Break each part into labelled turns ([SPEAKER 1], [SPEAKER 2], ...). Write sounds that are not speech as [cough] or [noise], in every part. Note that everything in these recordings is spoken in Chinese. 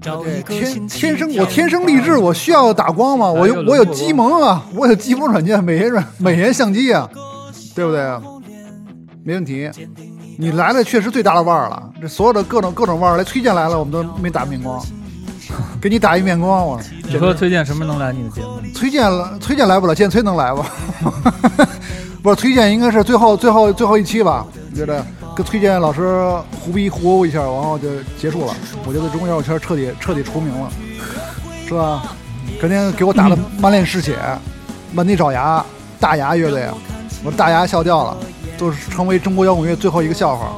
[SPEAKER 1] 找
[SPEAKER 2] 对
[SPEAKER 1] 一个
[SPEAKER 2] 天
[SPEAKER 1] 星期
[SPEAKER 2] 天生
[SPEAKER 1] 跳
[SPEAKER 2] 我天生丽质，我需要打光吗？我有我有机萌啊，我有机萌软件、美颜软、美颜相机啊，对不对啊？没问题，你来了确实最大的腕儿了，这所有的各种各种腕儿，来崔健来了我们都没打面光， [laughs] 给你打一面光，我
[SPEAKER 3] 你说崔健什么时候能来你的节目？
[SPEAKER 2] 崔健了崔健来不了，建崔能来吧？ [laughs] 不是崔健应该是最后最后最后一期吧？我觉得跟崔健老师胡逼互殴一下，然后就结束了。我觉得中国摇滚圈彻底彻底除名了，是吧？肯定给我打的满脸是血，满地找牙，大牙乐队，我大牙笑掉了，就是成为中国摇滚乐最后一个笑话。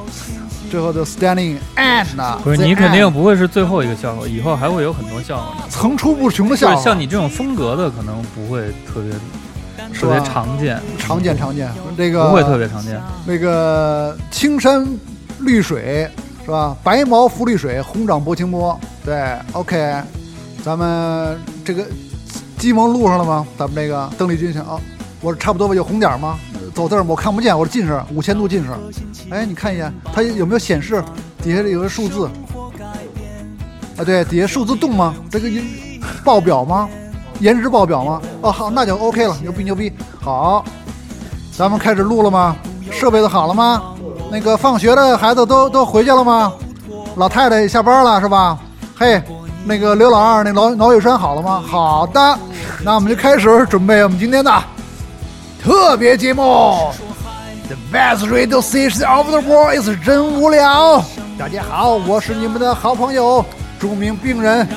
[SPEAKER 2] 最后的 standing and 呢？
[SPEAKER 3] 不是你肯定不会是最后一个笑话，以后还会有很多笑话呢。
[SPEAKER 2] 层出不穷的
[SPEAKER 3] 就
[SPEAKER 2] 笑
[SPEAKER 3] 是
[SPEAKER 2] 话，
[SPEAKER 3] 像你这种风格的，可能不会特别
[SPEAKER 2] 是
[SPEAKER 3] 特别
[SPEAKER 2] 吧
[SPEAKER 3] 常见，嗯
[SPEAKER 2] 常见常见，这个
[SPEAKER 3] 不会特别常见。
[SPEAKER 2] 那个青山绿水是吧？白毛浮绿水，红掌拨清波。对，OK，咱们这个鸡毛录上了吗？咱们这个邓丽君想哦，我差不多吧，有红点儿吗？呃走字儿吗我看不见，我是近视，五千度近视。哎，你看一眼，它有没有显示底下有个数字？啊，对，底下数字动吗？这个颜报表吗？颜值报表吗？哦，好，那就 OK 了，牛逼牛逼，好。咱们开始录了吗？设备都好了吗？那个放学的孩子都都回去了吗？老太太下班了是吧？嘿，那个刘老二那老老雪山好了吗？好的，那我们就开始准备我们今天的特别节目。The best radio station of the world is 真无聊。大家好，我是你们的好朋友，著名病人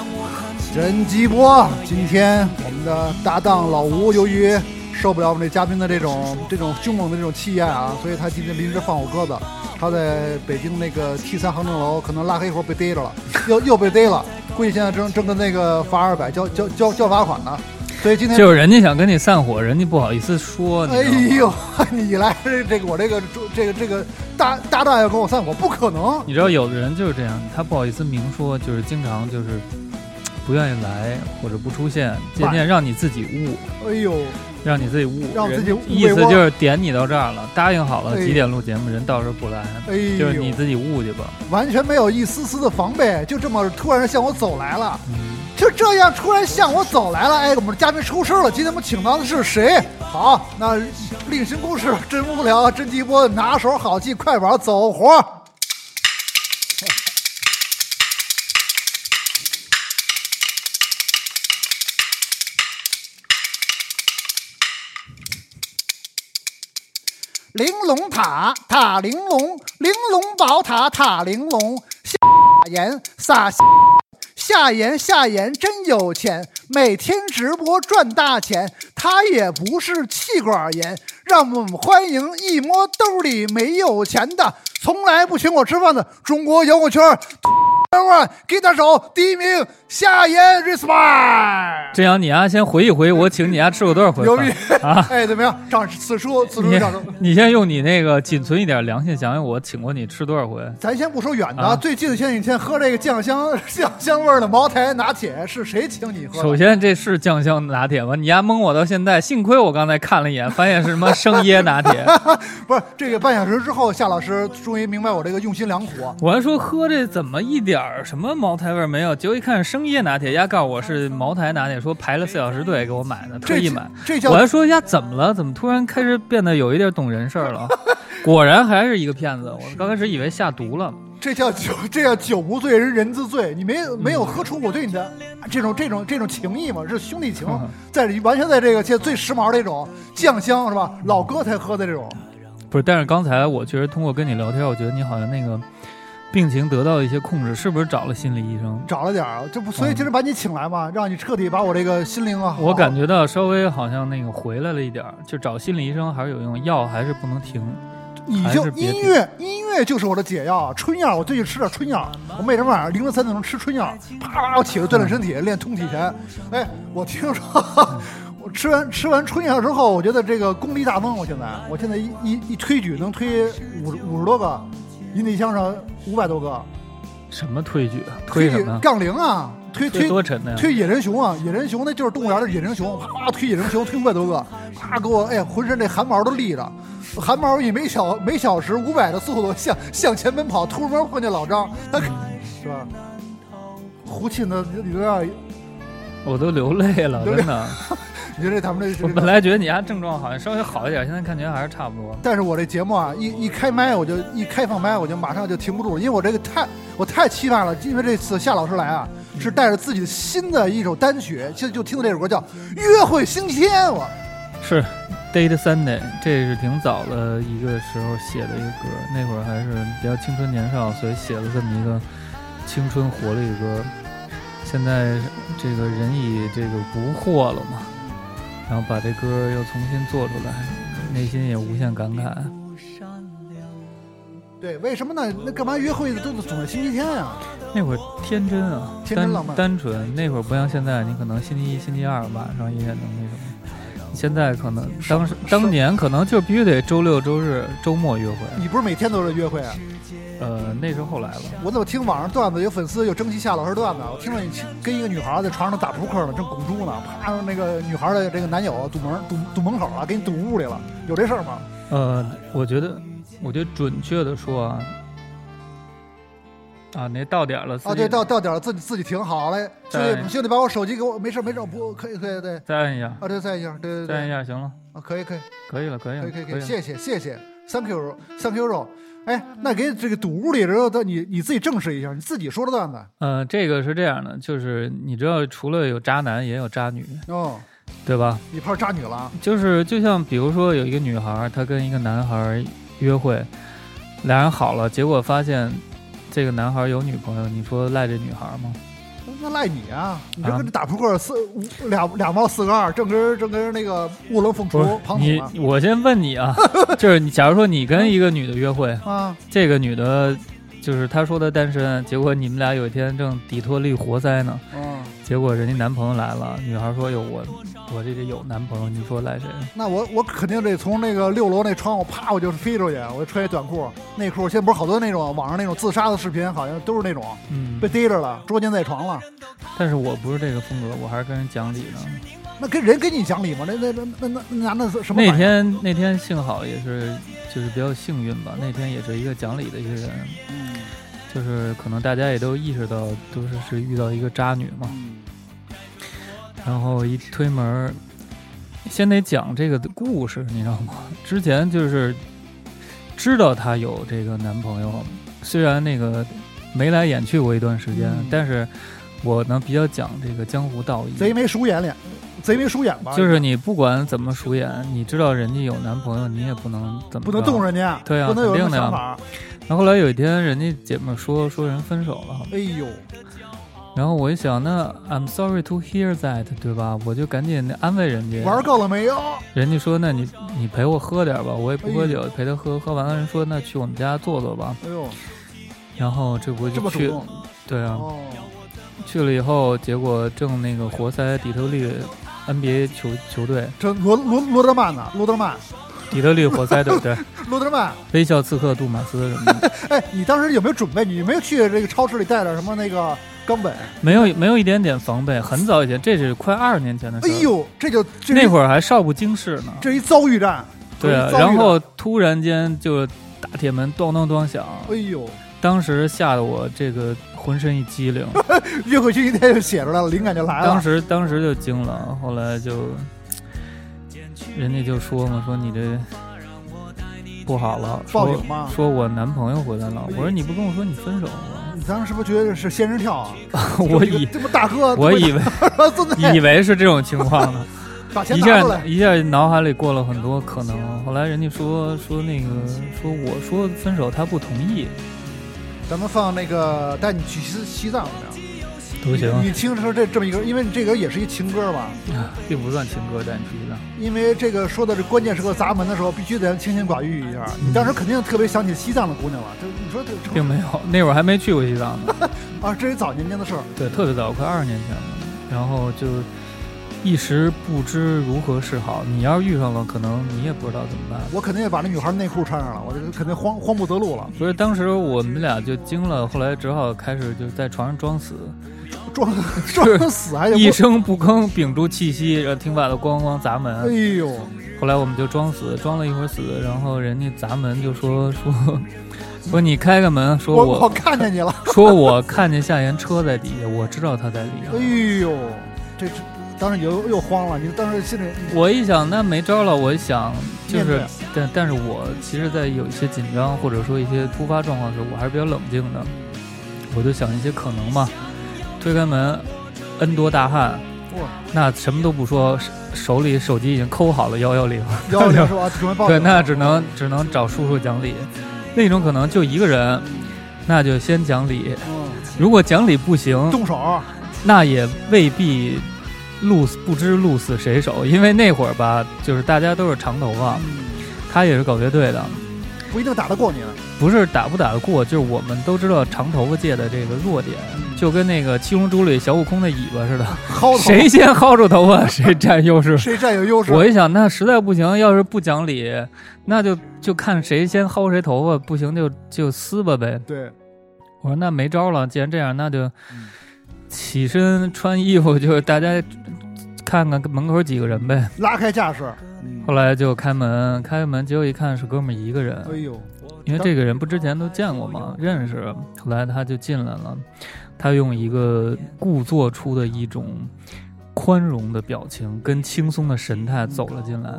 [SPEAKER 2] 甄鸡波，今天我们的搭档老吴由于受不了我们这嘉宾的这种这种凶猛的这种气焰啊，所以他今天临时放我鸽子。他在北京那个 T 三航政楼可能拉黑活被逮着了，又又被逮了，估计现在正正跟那个罚二百交交交交罚款呢。所以今天
[SPEAKER 3] 就是人家想跟你散伙，人家不好意思说，你
[SPEAKER 2] 哎
[SPEAKER 3] 知道吗
[SPEAKER 2] 呦， [laughs] 你来这个我这个这个这个搭搭档要跟我散伙，不可能。
[SPEAKER 3] 你知道有的人就是这样，他不好意思明说，就是经常就是不愿意来或者不出现，渐渐让你自己悟，
[SPEAKER 2] 哎呦，
[SPEAKER 3] 让你自己悟，
[SPEAKER 2] 让自己
[SPEAKER 3] 人
[SPEAKER 2] 悟
[SPEAKER 3] 意思
[SPEAKER 2] 被窝
[SPEAKER 3] 就是点你到这儿了，答应好了
[SPEAKER 2] 哎
[SPEAKER 3] 几点录节目，人到时候不来，
[SPEAKER 2] 哎呦，
[SPEAKER 3] 就是你自己悟去吧。
[SPEAKER 2] 完全没有一丝丝的防备，就这么突然向我走来了。
[SPEAKER 3] 嗯，
[SPEAKER 2] 就这样突然向我走来了，哎，我们的嘉宾出事了，今天我们请到的是谁？好，那另行公事，真无聊，真鸡波，拿手好戏，快板走活。玲珑塔，塔玲珑，玲珑宝塔，塔玲珑，下盐撒夏言夏言真有钱，每天直播赚大钱。他也不是气管炎，让我们欢迎一摸兜里没有钱的，从来不请我吃饭的中国摇滚圈儿。给他手，第一名夏言 respect，
[SPEAKER 3] 这样你啊，先回忆回忆我请你啊吃过多少回
[SPEAKER 2] 牛逼
[SPEAKER 3] 饭。啊！
[SPEAKER 2] [laughs] 哎，怎么样？掌此处此处
[SPEAKER 3] 你
[SPEAKER 2] 掌声。
[SPEAKER 3] 你先用你那个仅存一点良心想想，我请过你吃多少回？
[SPEAKER 2] 咱先不说远的，
[SPEAKER 3] 啊
[SPEAKER 2] 最近的前几天喝这个酱香 [laughs] 酱香味儿的茅台拿铁是谁请你喝的？
[SPEAKER 3] 首先，这是酱香拿铁吗？你丫蒙我到现在，幸亏我刚才看了一眼，发现是什么生椰拿铁。 [laughs]
[SPEAKER 2] 不是这个半小时之后，夏老师终于明白我这个用心良苦啊。
[SPEAKER 3] 我还说喝这怎么一点儿什么茅台味儿没有，结果一看生椰拿铁，丫告诉我是茅台拿铁，说排了四小时队给我买的，特
[SPEAKER 2] 这
[SPEAKER 3] 意买。
[SPEAKER 2] 这
[SPEAKER 3] 我
[SPEAKER 2] 叫
[SPEAKER 3] 还说丫怎么了？怎么突然开始变得有一点懂人事儿了？果然还是一个骗子。我刚开始以为下毒了，
[SPEAKER 2] 这叫酒，这叫酒无罪人人自醉。你没有没有喝出我对你的这种这种这种情谊嘛？是兄弟情
[SPEAKER 3] 嗯，
[SPEAKER 2] 在完全在这个现在最时髦的这种酱香是吧？老哥才喝的这种，
[SPEAKER 3] 不是。但是刚才我确实通过跟你聊天，我觉得你好像那个病情得到一些控制，是不是找了心理医生？
[SPEAKER 2] 找了点儿，这不所以
[SPEAKER 3] 嗯
[SPEAKER 2] 今儿把你请来嘛，让你彻底把我这个心灵啊，好好
[SPEAKER 3] 我感觉到稍微好像那个回来了一点儿，就找心理医生还是有用，药还是不能停。
[SPEAKER 2] 你
[SPEAKER 3] 还
[SPEAKER 2] 就是
[SPEAKER 3] 别
[SPEAKER 2] 音乐，音乐就是我的解药。春药，我最近吃点春药。我每天晚上凌晨三点钟吃春药，啪啪啪，我起来锻炼身体，练通体拳。哎，我听说，我吃完吃完春药之后，我觉得这个功力大增。我现在，我现在一一一推举能推五十五十多个，引体向上五百多个，
[SPEAKER 3] 什么推举？推什
[SPEAKER 2] 举
[SPEAKER 3] 么？
[SPEAKER 2] 杠铃啊，推
[SPEAKER 3] 推
[SPEAKER 2] 推
[SPEAKER 3] 多沉的呀！
[SPEAKER 2] 推野人熊啊，野人熊那就是动物园的野人熊，啪推野人熊，推五百多个，啪给我哎呀，浑身这汗毛都立着，汗毛以每小每小时五百的速度向向前奔跑，突然碰见老张，他是吧？胡沁的你都让，
[SPEAKER 3] 我都流泪了，
[SPEAKER 2] 流泪
[SPEAKER 3] 真的。
[SPEAKER 2] 你觉得他们
[SPEAKER 3] [laughs]
[SPEAKER 2] 这
[SPEAKER 3] 我
[SPEAKER 2] 这
[SPEAKER 3] 本
[SPEAKER 2] 个？
[SPEAKER 3] 来觉得你家症状好像稍微好一点，现在感觉还是差不多。
[SPEAKER 2] 但是我这节目啊，一一开麦我就一开放麦我就马上就停不住了，因为我这个太我太期盼了，因为这次夏老师来啊，是带着自己的新的一首单曲，现在就听的这首歌叫《约会星期天》，我
[SPEAKER 3] 是 Date Sunday，这是挺早的一个时候写的一个歌，那会儿还是比较青春年少，所以写了这么一个青春活力的歌。现在这个人已这个不惑了嘛，然后把这歌又重新做出来，内心也无限感慨。
[SPEAKER 2] 对，为什么呢？那干嘛约会都总是星期天呀、
[SPEAKER 3] 那会儿天真啊，
[SPEAKER 2] 天真浪漫
[SPEAKER 3] 单单纯。那会儿不像现在，你可能星期一、星期二晚上也能那什么。现在可能当时当年可能就必须得周六周日周末约会，
[SPEAKER 2] 你不是每天都是约会啊？
[SPEAKER 3] 呃，那是后来了。
[SPEAKER 2] 我怎么听网上段子有粉丝有征集夏老师段子？啊我听着你跟一个女孩在床上打扑克呢，正拱猪呢，啪，那个女孩的这个男友堵门堵堵门口了，给你堵屋里了，有这事儿吗？
[SPEAKER 3] 呃，我觉得，我觉得准确的说啊，啊，那到点儿了，
[SPEAKER 2] 啊，对，到到点儿了，自己自己停好嘞，兄弟
[SPEAKER 3] 对
[SPEAKER 2] 兄弟，把我手机给我，没事没事，不可以可以对，
[SPEAKER 3] 再按一下，
[SPEAKER 2] 啊对，再一下，对对
[SPEAKER 3] 再按一
[SPEAKER 2] 对，
[SPEAKER 3] 下，行了，
[SPEAKER 2] 啊可以可以
[SPEAKER 3] 可以了，可以了，
[SPEAKER 2] 可以可以可
[SPEAKER 3] 可
[SPEAKER 2] 以，
[SPEAKER 3] 以了。
[SPEAKER 2] 谢谢谢谢，thank you thank you 肉，哎，那给这个堵屋里的时候，你你自己证实一下，你自己说的段子
[SPEAKER 3] 呃，这个是这样的，就是你知道，除了有渣男，也有渣女，
[SPEAKER 2] 哦，
[SPEAKER 3] 对吧？
[SPEAKER 2] 你碰上渣女了啊，
[SPEAKER 3] 就是就像比如说有一个女孩儿，她跟一个男孩儿约会，俩人好了，结果发现这个男孩儿有女朋友，你说赖这女孩儿吗？
[SPEAKER 2] 那赖你啊！你这
[SPEAKER 3] 啊
[SPEAKER 2] 跟这打扑克四五俩俩猫四个二，正跟正跟那个卧龙凤雏庞统
[SPEAKER 3] 你
[SPEAKER 2] 啊
[SPEAKER 3] 我先问你啊，就是你假如说你跟一个女的约会，
[SPEAKER 2] 啊！
[SPEAKER 3] 这个女的，就是她说她单身，结果你们俩有一天正底特律活塞呢，
[SPEAKER 2] 嗯，
[SPEAKER 3] 结果人家男朋友来了，女孩说：“哟，我我这里有男朋友，你说赖谁啊
[SPEAKER 2] 那我我肯定得从那个六楼那窗户啪我就飞出去，我就穿一短裤内裤。现在不是好多那种网上那种自杀的视频，好像都是那种？”
[SPEAKER 3] 嗯
[SPEAKER 2] 被，逮着了，捉奸在床了。
[SPEAKER 3] 但是我不是这个风格，我还是跟人讲理呢。
[SPEAKER 2] 那跟人跟你讲理吗？那那那那那那男的是什么反应？
[SPEAKER 3] 那天那天幸好也是就是比较幸运吧，那天也是一个讲理的一个人，
[SPEAKER 2] 嗯，
[SPEAKER 3] 就是可能大家也都意识到，都是是遇到一个渣女嘛，
[SPEAKER 2] 嗯
[SPEAKER 3] 然后一推门儿，先得讲这个的故事，你知道吗？ [laughs] 之前就是知道她有这个男朋友，虽然那个眉来眼去过一段时间，
[SPEAKER 2] 嗯
[SPEAKER 3] 但是我呢比较讲这个江湖道义，
[SPEAKER 2] 贼眉鼠眼脸，贼眉鼠眼吧，
[SPEAKER 3] 就是你不管怎么熟演，你知道人家有男朋友，你也不能怎么
[SPEAKER 2] 不能
[SPEAKER 3] 着
[SPEAKER 2] 动。人家，
[SPEAKER 3] 对啊
[SPEAKER 2] 不能有什么
[SPEAKER 3] 肯定的呀
[SPEAKER 2] 想法。
[SPEAKER 3] 然后后来有一天，人家姐们儿说说人分手了，
[SPEAKER 2] 哎呦，
[SPEAKER 3] 然后我一想，那 I'm sorry to hear that，对吧？我就赶紧安慰人家。
[SPEAKER 2] 玩够了没有？
[SPEAKER 3] 人家说：“那你你陪我喝点吧，我也不喝
[SPEAKER 2] 哎
[SPEAKER 3] 酒，陪他喝。喝完了，人说那去我们家坐坐吧。
[SPEAKER 2] 哎呦，
[SPEAKER 3] 然后这不
[SPEAKER 2] 这
[SPEAKER 3] 就
[SPEAKER 2] 么主
[SPEAKER 3] 去？
[SPEAKER 2] 动
[SPEAKER 3] 对啊，
[SPEAKER 2] 哦，
[SPEAKER 3] 去了以后，结果正那个活塞底特律 NBA 球球队，
[SPEAKER 2] 这罗罗罗德曼呢？罗德曼，
[SPEAKER 3] 底特律活塞
[SPEAKER 2] [laughs]
[SPEAKER 3] 对不对？
[SPEAKER 2] 罗德曼，
[SPEAKER 3] 微笑刺客杜马斯什么的，
[SPEAKER 2] 哎，你当时有没有准备？你有没有去这个超市里带点什么那个冈本？
[SPEAKER 3] 没有没有一点点防备。很早以前，这是快二十年前的
[SPEAKER 2] 哎
[SPEAKER 3] 事儿。
[SPEAKER 2] 呦，这就这
[SPEAKER 3] 那会儿还少不经事呢。
[SPEAKER 2] 这一遭遇战，
[SPEAKER 3] 对啊，
[SPEAKER 2] 遭遇了
[SPEAKER 3] 然后突然间就大铁门咚咚咚响，
[SPEAKER 2] 哎呦，
[SPEAKER 3] 当时吓得我这个浑身一激灵，
[SPEAKER 2] 约会去一天就写出来了，灵感就来了。
[SPEAKER 3] 当时当时就惊了，后来就人家就说嘛，说你这不好了，
[SPEAKER 2] 报
[SPEAKER 3] 说
[SPEAKER 2] 警吗？
[SPEAKER 3] 说我男朋友回来了，我说你不跟我说你分手啊吗？
[SPEAKER 2] 你当时是不是觉得是仙人跳
[SPEAKER 3] [laughs]
[SPEAKER 2] 啊？
[SPEAKER 3] 我
[SPEAKER 2] 这么一
[SPEAKER 3] 以
[SPEAKER 2] 个这么大哥，
[SPEAKER 3] 我以为 [laughs]
[SPEAKER 2] 正
[SPEAKER 3] 以为是这种情况
[SPEAKER 2] [laughs]
[SPEAKER 3] 呢，
[SPEAKER 2] 把钱
[SPEAKER 3] 一
[SPEAKER 2] 拿过来
[SPEAKER 3] 下，一下脑海里过了很多可能，后来人家说说那个说我说分手他不同意
[SPEAKER 2] 咱们放那个带你去西西藏怎么样？
[SPEAKER 3] 都行，
[SPEAKER 2] 你听说这这么一个，因为你这个也是一情歌吧？
[SPEAKER 3] 并不算情歌但是一样。
[SPEAKER 2] 因为这个说的这关键时刻砸门的时候，必须得清心寡欲一下。你当时肯定特别想起西藏的姑娘了，就你说这
[SPEAKER 3] 嗯并没有，那会儿还没去过西藏呢，
[SPEAKER 2] 啊，这是早年间的事儿。
[SPEAKER 3] 对，特别早，快二十年前了。然后就一时不知如何是好。你要是遇上了，可能你也不知道怎么办。
[SPEAKER 2] 我肯定也把那女孩内裤穿上了，我这肯定慌慌不择
[SPEAKER 3] [laughs]
[SPEAKER 2] 路了，
[SPEAKER 3] 所以当时我们俩就惊了，后来只好开始就在床上装死，
[SPEAKER 2] 撞撞死还得
[SPEAKER 3] 一
[SPEAKER 2] 不。
[SPEAKER 3] 声不吭，屏住气息，然后听外头咣咣砸
[SPEAKER 2] 哎
[SPEAKER 3] 门。
[SPEAKER 2] 呦，
[SPEAKER 3] 后来我们就装死，装了一会儿死，然后人家砸门就说说说你开开门，说
[SPEAKER 2] 我
[SPEAKER 3] 我
[SPEAKER 2] 我看见
[SPEAKER 3] [laughs]
[SPEAKER 2] 你了，
[SPEAKER 3] 说我看见夏言车在底下，我知道他在里
[SPEAKER 2] 哎
[SPEAKER 3] 头。
[SPEAKER 2] 呦，这这当时又又慌了，你当时心里
[SPEAKER 3] 我一想，那没招了。我一想，就
[SPEAKER 2] 面对
[SPEAKER 3] 是
[SPEAKER 2] 啊，
[SPEAKER 3] 但但是我其实，在有一些紧张或者说一些突发状况的时候，我还是比较冷静的。我就想一些可能嘛，推开门，N 多大汉，
[SPEAKER 2] 哇，
[SPEAKER 3] [laughs] 那什么都不说，手手里手机已经扣好了幺幺零，
[SPEAKER 2] 幺零是吧？准备报
[SPEAKER 3] 对， [laughs] 那只能只能找叔叔讲理。另一种可能就一个人，那就先讲理。
[SPEAKER 2] 嗯，
[SPEAKER 3] 如果讲理不行，
[SPEAKER 2] 动手，
[SPEAKER 3] 那也未必鹿死不知鹿死谁手，因为那会儿吧，就是大家都是长头发，
[SPEAKER 2] 嗯，
[SPEAKER 3] 他也是搞乐队的，
[SPEAKER 2] 不一定打得过你了，
[SPEAKER 3] 不是打不打得过，就是我们都知道长头发界的这个弱点，就跟那个《七龙珠》里小悟空的尾巴似的，
[SPEAKER 2] 嗯薅头
[SPEAKER 3] 谁先薅住头发谁占优势。
[SPEAKER 2] 谁占有优势，
[SPEAKER 3] 我一想，那实在不行，要是不讲理，那就就看谁先薅谁头发，不行就就撕吧呗。
[SPEAKER 2] 对，
[SPEAKER 3] 我说那没招了，既然这样，那就
[SPEAKER 2] 嗯
[SPEAKER 3] 起身穿衣服，就是大家看看门口几个人呗。
[SPEAKER 2] 拉开架势，嗯
[SPEAKER 3] 后来就开门，开门结果一看是哥们儿一个
[SPEAKER 2] 哎
[SPEAKER 3] 人，
[SPEAKER 2] 呦，
[SPEAKER 3] 因为这个人不之前都见过嘛，认识。后来他就进来了，他用一个故作出的一种宽容的表情跟轻松的神态走了进来，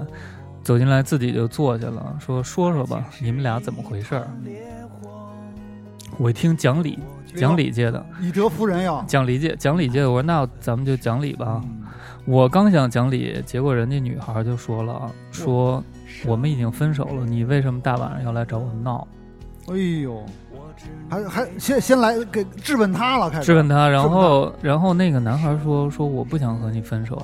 [SPEAKER 3] 走进来自己就坐下了，说说说吧，你们俩怎么回事儿？我一听讲理，讲理界的，
[SPEAKER 2] 以德服人呀，
[SPEAKER 3] 讲理界，讲理界的，我说那咱们就讲理吧。
[SPEAKER 2] 嗯
[SPEAKER 3] 我刚想讲理，结果人家女孩就说了啊，说我们已经分手了，你为什么大晚上要来找我闹？
[SPEAKER 2] 哎呦，还还先先来给质问他了，开始
[SPEAKER 3] 质问他，然
[SPEAKER 2] 是不
[SPEAKER 3] 后然后那个男孩说说我不想和你分手，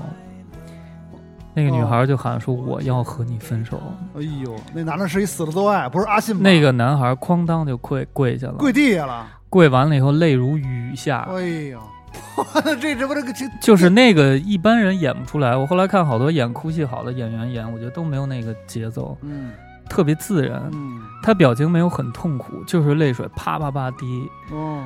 [SPEAKER 3] 那个
[SPEAKER 2] 哦
[SPEAKER 3] 女孩就喊说我要和你分手，
[SPEAKER 2] 哎呦，那男的是一死了都爱，不是阿信吧
[SPEAKER 3] 那个啊男孩哐当就跪跪下了，
[SPEAKER 2] 跪地下了，
[SPEAKER 3] 跪完了以后泪如雨下，
[SPEAKER 2] 哎呦， [laughs] 这这不这个这
[SPEAKER 3] 就是那个一般人演不出来。我后来看好多演哭戏好的演员演，我觉得都没有那个节奏，
[SPEAKER 2] 嗯
[SPEAKER 3] 特别自然，
[SPEAKER 2] 嗯
[SPEAKER 3] 他表情没有很痛苦，就是泪水啪啪啪滴。
[SPEAKER 2] 哦，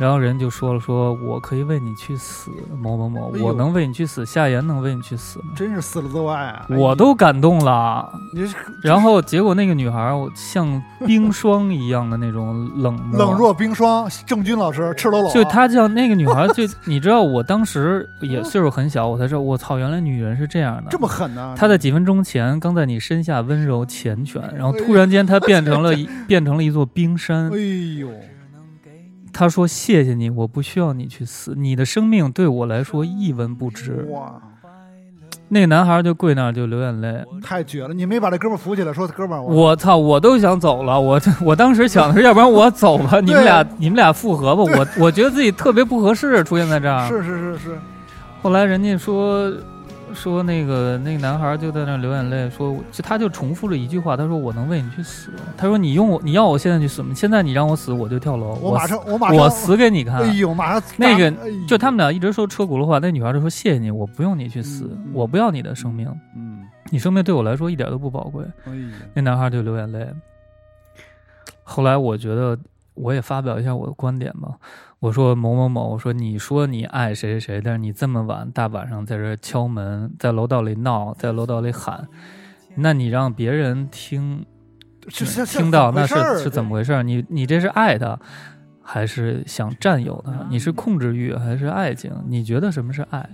[SPEAKER 3] 然后人就说了说，我可以为你去死，某某某，
[SPEAKER 2] 哎呦
[SPEAKER 3] 我能为你去死，夏言能为你去死吗？
[SPEAKER 2] 真是死了都爱啊，哎呦
[SPEAKER 3] 我都感动了。
[SPEAKER 2] 你这
[SPEAKER 3] 然后结果那个女孩儿我像冰霜一样的那种冷漠，
[SPEAKER 2] 冷。若冰霜，郑钧老师赤裸啊裸，
[SPEAKER 3] 就她像那个女孩儿
[SPEAKER 2] [laughs]
[SPEAKER 3] 就，你知道，我当时也岁数很小，我才知道，我操，原来女人是这样的
[SPEAKER 2] 这。么狠呢、
[SPEAKER 3] 她在几分钟前刚在你身下温柔缱绻，然后突然间她变成
[SPEAKER 2] [laughs]
[SPEAKER 3] 了一变成了一座冰山
[SPEAKER 2] 哎。呦，
[SPEAKER 3] 她说：“谢谢你，我不需要你去死，你的生命对我来说一文不值。”
[SPEAKER 2] 哇，
[SPEAKER 3] 那个男孩就跪那儿就流眼泪，
[SPEAKER 2] 太绝了！你没把这哥们儿扶起来，说哥们儿，我
[SPEAKER 3] 我操，我都想走了，我这我当时想的是，要不然我走吧，你们俩你们俩复合吧，我我觉得自己特别不合适出现在这儿。
[SPEAKER 2] 是是是是，
[SPEAKER 3] 后来人家说说那个那个男孩就在那儿流眼泪，说就他就重复了一句话，他说我能为你去死，他说你用我你要我现在去死吗？现在你让我死我就跳楼，
[SPEAKER 2] 我
[SPEAKER 3] 我
[SPEAKER 2] 马
[SPEAKER 3] 死
[SPEAKER 2] 上我马上
[SPEAKER 3] 我，死给你看
[SPEAKER 2] 哎。呦，马上
[SPEAKER 3] 啊那个
[SPEAKER 2] 哎呦
[SPEAKER 3] 就他们俩一直说车轱辘话，那女孩就说谢谢你，我不用你去死
[SPEAKER 2] 嗯，嗯
[SPEAKER 3] 我不要你的生命，
[SPEAKER 2] 嗯，
[SPEAKER 3] 你生命对我来说一点都不宝贵。
[SPEAKER 2] 哎呦，
[SPEAKER 3] 那男孩就流眼泪。后来我觉得我也发表一下我的观点吧，我说某某某，我说你说你爱谁谁谁，但是你这么晚大晚上在这儿敲门，在楼道里闹，在楼道里喊，那你让别人听
[SPEAKER 2] 是是是
[SPEAKER 3] 听到，
[SPEAKER 2] 怎么
[SPEAKER 3] 那
[SPEAKER 2] 回事儿
[SPEAKER 3] 是是怎么回事儿？你你这是爱他，还是想占有他？你
[SPEAKER 2] 啊
[SPEAKER 3] 是控制欲还是爱情？你觉得什么是爱？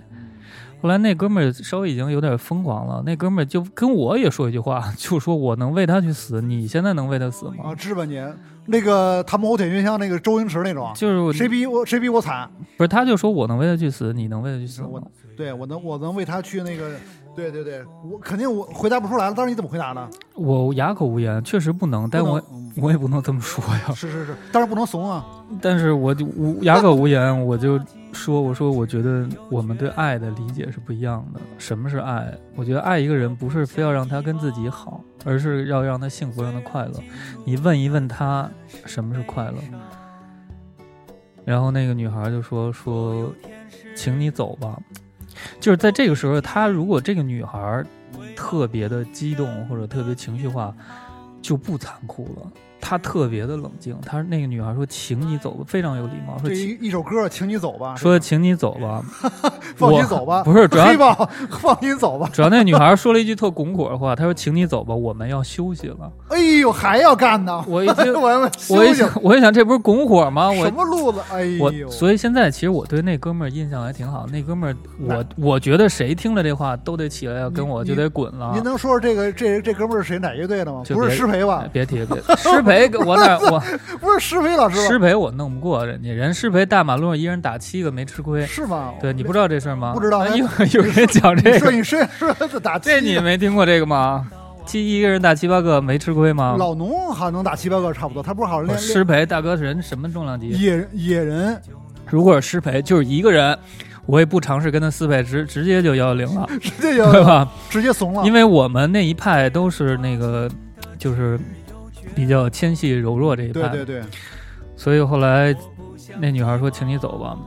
[SPEAKER 3] 后来那哥们儿稍微已经有点疯狂了，那哥们儿就跟我也说一句话， [laughs] 就说我能为他去死，你现在能为他死
[SPEAKER 2] 啊？
[SPEAKER 3] 吗？
[SPEAKER 2] 质问您，那个《唐伯虎点秋香》那个周星驰那种，
[SPEAKER 3] 就是我
[SPEAKER 2] 谁比我谁比我惨？
[SPEAKER 3] 不是，他就说我能为他去死，你能为他去死吗？
[SPEAKER 2] 我对我能我能为他去那个，对对对，我肯定我回答不出来了。当时你怎么回答呢？
[SPEAKER 3] 我哑口无言，确实不能，但我
[SPEAKER 2] 不能
[SPEAKER 3] 我也不能这么说呀
[SPEAKER 2] [laughs] 嗯。是是是，当然不能怂啊。
[SPEAKER 3] 但是我就无哑口无言，我就说我说我觉得我们对爱的理解是不一样的。什么是爱？我觉得爱一个人不是非要让他跟自己好，而是要让他幸福，让他快乐。你问一问他什么是快乐。然后那个女孩就说说，请你走吧。就是在这个时候，她如果这个女孩特别的激动或者特别情绪化，就不残酷了。她特别的冷静。她那个女孩说：“请你走吧。”非常有礼貌，说
[SPEAKER 2] 这
[SPEAKER 3] 请
[SPEAKER 2] 一一首歌，请你走吧，
[SPEAKER 3] 说请你走吧，
[SPEAKER 2] 放
[SPEAKER 3] 我
[SPEAKER 2] 你走吧，
[SPEAKER 3] 不是主要
[SPEAKER 2] [laughs] 黑豹，放你走吧。
[SPEAKER 3] 主要那女孩说了一句特拱火的话，她说：“请你走吧，我们要休息了。
[SPEAKER 2] 哎呦，还要干呢”！
[SPEAKER 3] 我一
[SPEAKER 2] [laughs]，
[SPEAKER 3] 听
[SPEAKER 2] 我要
[SPEAKER 3] 我
[SPEAKER 2] 休
[SPEAKER 3] 一
[SPEAKER 2] 息
[SPEAKER 3] 想，，我一想，这不是拱火吗？
[SPEAKER 2] 什
[SPEAKER 3] 我
[SPEAKER 2] 么路子？哎呦，
[SPEAKER 3] 我所以现在其实我对那哥们儿印象还挺好。那哥们儿，我我觉得谁听了这话都得起来要跟
[SPEAKER 2] 您
[SPEAKER 3] 我就
[SPEAKER 2] 您
[SPEAKER 3] 得滚了
[SPEAKER 2] 您。能说说这个这这哥们儿是谁哪乐队的吗？
[SPEAKER 3] 啊就
[SPEAKER 2] 不是
[SPEAKER 3] 别
[SPEAKER 2] 施培吧
[SPEAKER 3] 哎？别提别提施
[SPEAKER 2] [laughs]
[SPEAKER 3] 培，我哪我
[SPEAKER 2] 不是施培老师吧？
[SPEAKER 3] 施培我弄不过人家，人施培大马路上一人打七个没吃亏。
[SPEAKER 2] 是吗？
[SPEAKER 3] 对你不知道这事儿吗？
[SPEAKER 2] 不知道
[SPEAKER 3] 啊
[SPEAKER 2] 哎 [laughs]
[SPEAKER 3] 一会儿一会儿给你讲这
[SPEAKER 2] 说
[SPEAKER 3] 个，
[SPEAKER 2] 你说说打
[SPEAKER 3] 这
[SPEAKER 2] 七
[SPEAKER 3] 你没听过这个吗？七一个人打七八个没吃亏吗？
[SPEAKER 2] 老农好像能打七八个差不多，他不是好像
[SPEAKER 3] 不
[SPEAKER 2] 练
[SPEAKER 3] 是啊施哦培大哥是人什么重量级？
[SPEAKER 2] 野野人 [laughs]
[SPEAKER 3] 如果是施培就是一个人，我也不尝试跟他四配，直直接就幺幺零了，
[SPEAKER 2] 直接
[SPEAKER 3] 对 [laughs]
[SPEAKER 2] 就
[SPEAKER 3] 吧？
[SPEAKER 2] 直接怂了
[SPEAKER 3] 因。为我们那一派都是那个，就是比较纤细柔弱这一派，
[SPEAKER 2] 对对对，
[SPEAKER 3] 所以后来那女孩说：“请你走吧，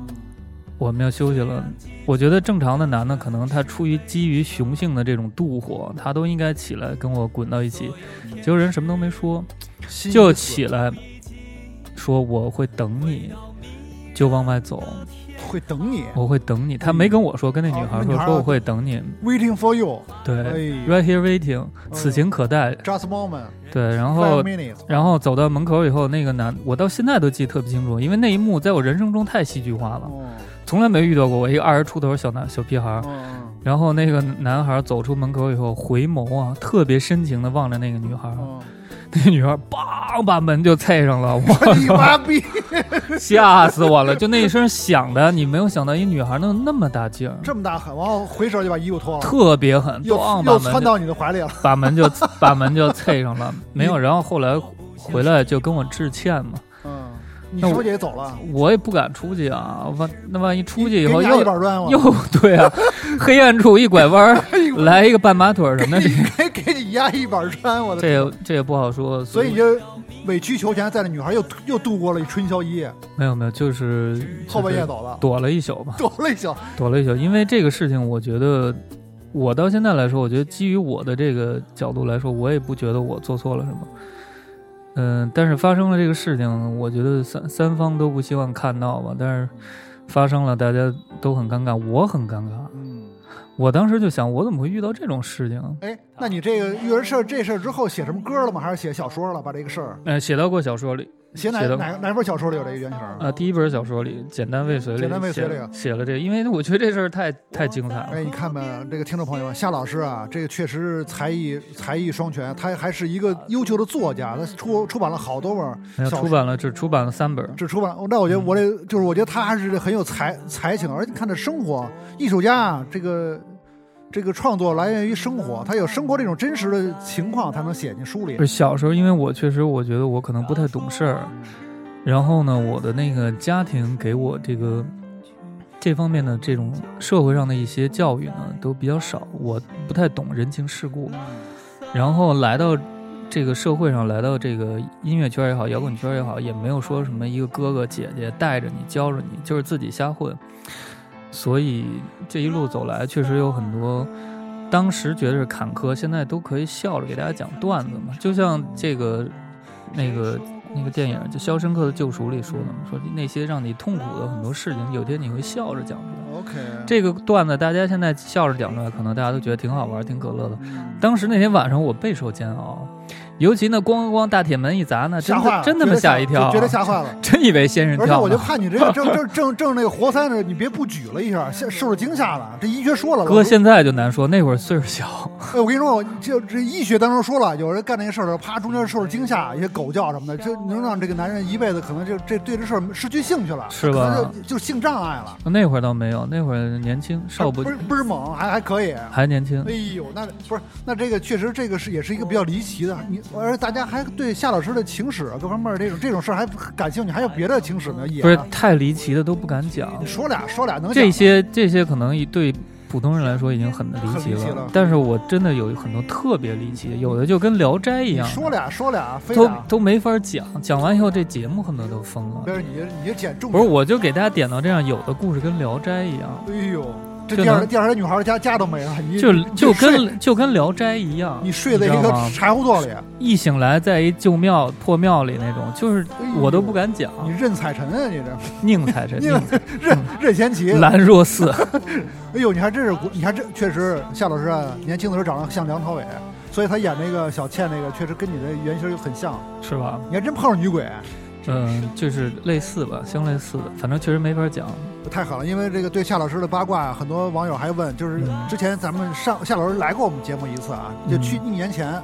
[SPEAKER 3] 我们要休息了。”我觉得正常的男的，可能他出于基于雄性的这种妒火，他都应该起来跟我滚到一起。结果人什么都没说，
[SPEAKER 2] 心
[SPEAKER 3] 就
[SPEAKER 2] 一死
[SPEAKER 3] 起来说：“我会等你。”就往外走，
[SPEAKER 2] 会等你
[SPEAKER 3] 我会等你。他没跟我说，跟那女
[SPEAKER 2] 哦
[SPEAKER 3] 孩
[SPEAKER 2] 那女
[SPEAKER 3] 说，
[SPEAKER 2] 孩
[SPEAKER 3] 说我会等你。
[SPEAKER 2] ，waiting for you，哎哦
[SPEAKER 3] 对
[SPEAKER 2] 呦
[SPEAKER 3] ，right here waiting，此情可待。
[SPEAKER 2] ，just a moment，
[SPEAKER 3] 对，然
[SPEAKER 2] five
[SPEAKER 3] 后
[SPEAKER 2] minutes，
[SPEAKER 3] 然后走到门口以后，那个男，我到现在都记得特别清楚，因为那一幕在我人生中太戏剧化了，
[SPEAKER 2] 哦，
[SPEAKER 3] 从来没遇到过。我一个二十出头小男小屁孩儿，
[SPEAKER 2] 嗯
[SPEAKER 3] 然后那个男孩走出门口以后，回眸啊，特别深情的望着那个女孩儿， [laughs]
[SPEAKER 2] 嗯，
[SPEAKER 3] 那女孩儿梆把门就踹上了，
[SPEAKER 2] 嗯你
[SPEAKER 3] 我
[SPEAKER 2] 妈逼，
[SPEAKER 3] 吓死我了！就那一声响的，你没有想到一女孩能那么大劲儿，
[SPEAKER 2] 这么大狠，然后回手就把衣服脱了，
[SPEAKER 3] [laughs] 特别狠，
[SPEAKER 2] 哦又
[SPEAKER 3] 梆把门
[SPEAKER 2] 又窜
[SPEAKER 3] 就
[SPEAKER 2] 到你的怀里了，
[SPEAKER 3] 把门
[SPEAKER 2] [laughs]
[SPEAKER 3] 就把门就踹上了，没有。然后后来回来就跟我致歉嘛。
[SPEAKER 2] 嗯，你
[SPEAKER 3] 那我
[SPEAKER 2] 小姐也走了，
[SPEAKER 3] 我也不敢出去啊，万那万一出去以后
[SPEAKER 2] 给你压
[SPEAKER 3] 又
[SPEAKER 2] 一板砖，我
[SPEAKER 3] 又 [laughs] 对啊，黑暗处一拐弯
[SPEAKER 2] [laughs]
[SPEAKER 3] 儿
[SPEAKER 2] 哎
[SPEAKER 3] 来一个半马腿儿什么的，
[SPEAKER 2] 给你给给你压一板砖，我
[SPEAKER 3] 这
[SPEAKER 2] 的，
[SPEAKER 3] 这也这也不好说。
[SPEAKER 2] 所以你就委曲求全，在那女孩又又度过了一春宵一夜，
[SPEAKER 3] 没有没有，就是
[SPEAKER 2] 后半夜
[SPEAKER 3] 就是
[SPEAKER 2] 走了，
[SPEAKER 3] 躲了一宿吧，
[SPEAKER 2] 躲了一宿，
[SPEAKER 3] 躲了一宿。因为这个事情，我觉得我到现在来说，我觉得基于我的这个角度来说，我也不觉得我做错了什么。嗯，但是发生了这个事情，我觉得三三方都不希望看到吧。但是发生了，大家都很尴尬，我很尴尬。
[SPEAKER 2] 嗯。
[SPEAKER 3] 我当时就想，我怎么会遇到这种事情啊？
[SPEAKER 2] 哎，那你这个育儿事儿这事儿之后写什么歌了吗？还是写小说了？把这个事儿
[SPEAKER 3] 呃，写到过小说里，
[SPEAKER 2] 写哪
[SPEAKER 3] 写的
[SPEAKER 2] 哪哪本小说里有这个原型？ [laughs]
[SPEAKER 3] 啊、第一本小说里《简单未遂》里
[SPEAKER 2] 简单未遂
[SPEAKER 3] 写
[SPEAKER 2] 里啊
[SPEAKER 3] 了写了这个，因为我觉得这事儿太太精彩了。
[SPEAKER 2] 哎，你看吧，这个听众朋友们，夏老师啊，这个确实才艺才艺双全，他还是一个优秀的作家，他出出版了好多
[SPEAKER 3] 没
[SPEAKER 2] 本
[SPEAKER 3] 有
[SPEAKER 2] 小
[SPEAKER 3] 出
[SPEAKER 2] 说，
[SPEAKER 3] 版了，只出版了三本儿。
[SPEAKER 2] 只出版。那
[SPEAKER 3] 嗯
[SPEAKER 2] 我觉得我这就是，我觉得他还是很有才才情，而且你看这生活，艺术家啊，这个这个创作来源于生活，他有生活这种真实的情况，才能写进书里
[SPEAKER 3] 不。是小时候，因为我确实我觉得我可能不太懂事儿，然后呢，我的那个家庭给我这个这方面的这种社会上的一些教育呢都比较少，我不太懂人情世故，然后来到。这个社会上来到这个音乐圈也好，摇滚圈也好，也没有说什么一个哥哥姐姐带着你教着你，就是自己瞎混。所以这一路走来，确实有很多当时觉得是坎坷，现在都可以笑着给大家讲段子嘛。就像这个那个那个电影就《肖申克的救赎》里说的嘛，说那些让你痛苦的很多事情，有天你会笑着讲出来。
[SPEAKER 2] OK，
[SPEAKER 3] 这个段子大家现在笑着讲出来，可能大家都觉得挺好玩、挺可乐的。
[SPEAKER 2] 嗯
[SPEAKER 3] 当时那天晚上我备受煎熬，尤其那咣咣咣大铁门一砸呢，真
[SPEAKER 2] 吓坏
[SPEAKER 3] 的
[SPEAKER 2] 了，
[SPEAKER 3] 真他妈
[SPEAKER 2] 觉得
[SPEAKER 3] 吓一跳，
[SPEAKER 2] 觉得吓坏了。
[SPEAKER 3] [laughs] 真以为仙人
[SPEAKER 2] 而且
[SPEAKER 3] 跳
[SPEAKER 2] 我就
[SPEAKER 3] 呢。
[SPEAKER 2] 怕你这个正正正正那个活塞呢，你别不举了一下，吓受了惊吓了。这医学说了，
[SPEAKER 3] 哥
[SPEAKER 2] 我
[SPEAKER 3] 现在就难说，那会儿岁数小， [laughs]
[SPEAKER 2] 哎，我跟你说，我就这医学当中说了，有人干那个事儿的时候，啪中间受了惊吓，一些狗叫什么的，这能让这个男人一辈子可能就这对这事儿失去兴趣了，
[SPEAKER 3] 是
[SPEAKER 2] 可
[SPEAKER 3] 吧
[SPEAKER 2] 能就就性障碍了，
[SPEAKER 3] 那会儿倒没有，那会儿年轻，少不
[SPEAKER 2] 不是不是猛，还还可以。哎
[SPEAKER 3] 还年轻。
[SPEAKER 2] 呦，那不是那这个确实这个是也是一个比较离奇的，你而且大家还对夏老师的情史啊各方面这种这种事儿还感兴趣，还有别的情史没有？也啊
[SPEAKER 3] 不是太离奇的都不敢讲
[SPEAKER 2] 你，说俩说俩能
[SPEAKER 3] 这
[SPEAKER 2] 讲
[SPEAKER 3] 些这些可能一对普通人来说已经很离
[SPEAKER 2] 很
[SPEAKER 3] 奇
[SPEAKER 2] 离
[SPEAKER 3] 了，
[SPEAKER 2] 奇了
[SPEAKER 3] 但是我真的有很多特别离奇的，有的就跟《聊斋》一
[SPEAKER 2] 你
[SPEAKER 3] 样，
[SPEAKER 2] 说俩说俩
[SPEAKER 3] 啊
[SPEAKER 2] 非啊
[SPEAKER 3] 都
[SPEAKER 2] 俩。
[SPEAKER 3] 都没法讲，讲完以后这节目恨不得都疯了
[SPEAKER 2] 但。是你这你这捡重
[SPEAKER 3] 不是，我就给大家点到这样，有的故事跟《聊斋》一样，
[SPEAKER 2] 哎呦，这
[SPEAKER 3] 就
[SPEAKER 2] 第二
[SPEAKER 3] 能
[SPEAKER 2] 第二天女孩家家都没了，你
[SPEAKER 3] 就
[SPEAKER 2] 你
[SPEAKER 3] 就
[SPEAKER 2] 睡
[SPEAKER 3] 跟就跟《聊斋》一样，
[SPEAKER 2] 你睡在
[SPEAKER 3] 你
[SPEAKER 2] 一
[SPEAKER 3] 知道
[SPEAKER 2] 个
[SPEAKER 3] 吗
[SPEAKER 2] 柴火垛里，
[SPEAKER 3] 一醒来在一旧庙破庙里那种，就是
[SPEAKER 2] 哎呦
[SPEAKER 3] 我都不敢讲，
[SPEAKER 2] 你任采臣啊，你这
[SPEAKER 3] 宁采臣，
[SPEAKER 2] 你
[SPEAKER 3] 宁采
[SPEAKER 2] 任任贤
[SPEAKER 3] [laughs]
[SPEAKER 2] 齐，
[SPEAKER 3] 臣兰若寺，
[SPEAKER 2] 哎呦，你还真是古，你还真确实，夏老师啊，年轻的时候长得像梁朝伟，所以他演那个小倩那个，确实跟你的原型很像。
[SPEAKER 3] 是吧？
[SPEAKER 2] 你还真碰上女鬼，
[SPEAKER 3] 嗯，就是类似吧，相类似的，反正确实没法讲。
[SPEAKER 2] 太狠了！因为这个对夏老师的八卦啊，很多网友还问，就是
[SPEAKER 3] 嗯
[SPEAKER 2] 之前咱们上夏老师来过我们节目一次啊，就
[SPEAKER 3] 嗯
[SPEAKER 2] 去一年前，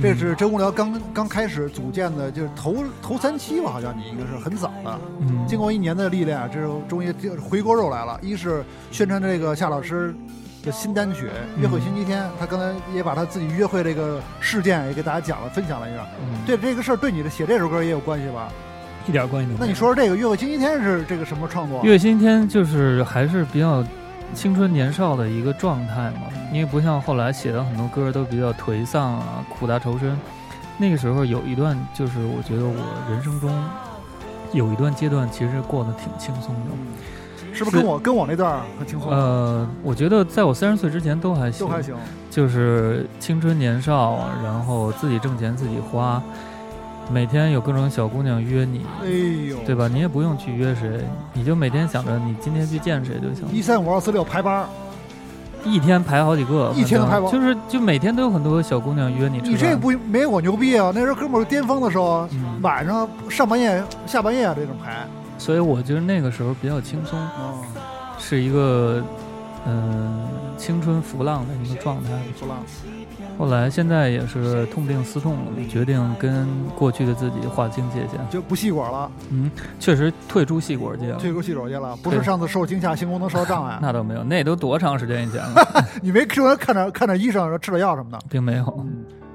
[SPEAKER 2] 这是真无聊刚刚开始组建的，就是头头三期吧，好像你应该是很早的。
[SPEAKER 3] 嗯，
[SPEAKER 2] 经过一年的历练，啊这是终于这回锅肉来了。一是宣传这个夏老师的新单曲《约会星期天》，他刚才也把他自己约会这个事件也给大家讲了，分享了一下。
[SPEAKER 3] 嗯
[SPEAKER 2] 对这个事儿，对你的写这首歌也有关系吧？
[SPEAKER 3] 一点关系都
[SPEAKER 2] 那
[SPEAKER 3] 没
[SPEAKER 2] 你
[SPEAKER 3] 有。
[SPEAKER 2] 说说这个《约会星期天》是这个什么创作？
[SPEAKER 3] 月新天就是还是比较青春年少的一个状态嘛，
[SPEAKER 2] 嗯
[SPEAKER 3] 因为不像后来写的很多歌都比较颓丧啊、苦大仇深。那个时候有一段，就是我觉得我人生中有一段阶段，其实过得挺轻松的。
[SPEAKER 2] 嗯是不是跟我跟我那段儿很轻松？啊
[SPEAKER 3] 呃，我觉得在我三十岁之前都还行，
[SPEAKER 2] 哦都还行。
[SPEAKER 3] 嗯就是青春年少，啊然后自己挣钱自己花，每天有各种小姑娘约你，
[SPEAKER 2] 哎呦，
[SPEAKER 3] 对吧？你也不用去约谁，你就每天想着你今天去见谁就行。
[SPEAKER 2] 一三五二四六排班儿，
[SPEAKER 3] 一天排好几个，
[SPEAKER 2] 一天都排不
[SPEAKER 3] 反正就是就每天都有很多小姑娘约你吃饭。
[SPEAKER 2] 你这不没我牛逼啊！那时候哥们儿巅峰的时候，
[SPEAKER 3] 嗯，
[SPEAKER 2] 晚上上半夜、下半夜啊这种排。
[SPEAKER 3] 所以我觉得那个时候比较轻松，
[SPEAKER 2] 哦，
[SPEAKER 3] 是一个嗯、青春浮浪的一个状态。
[SPEAKER 2] 不浪。
[SPEAKER 3] 后来现在也是痛定思痛，决定跟过去的自己划清界限。
[SPEAKER 2] 就不细管了，
[SPEAKER 3] 嗯，确实退出戏果界了。
[SPEAKER 2] 退出戏手去了。不是
[SPEAKER 3] 对
[SPEAKER 2] 上次受惊吓性功能受到障碍，
[SPEAKER 3] 那倒没有，那都多长时间以前
[SPEAKER 2] [laughs]
[SPEAKER 3] 了，
[SPEAKER 2] 你没说看着看着医生说吃点药什么的。
[SPEAKER 3] 并没有。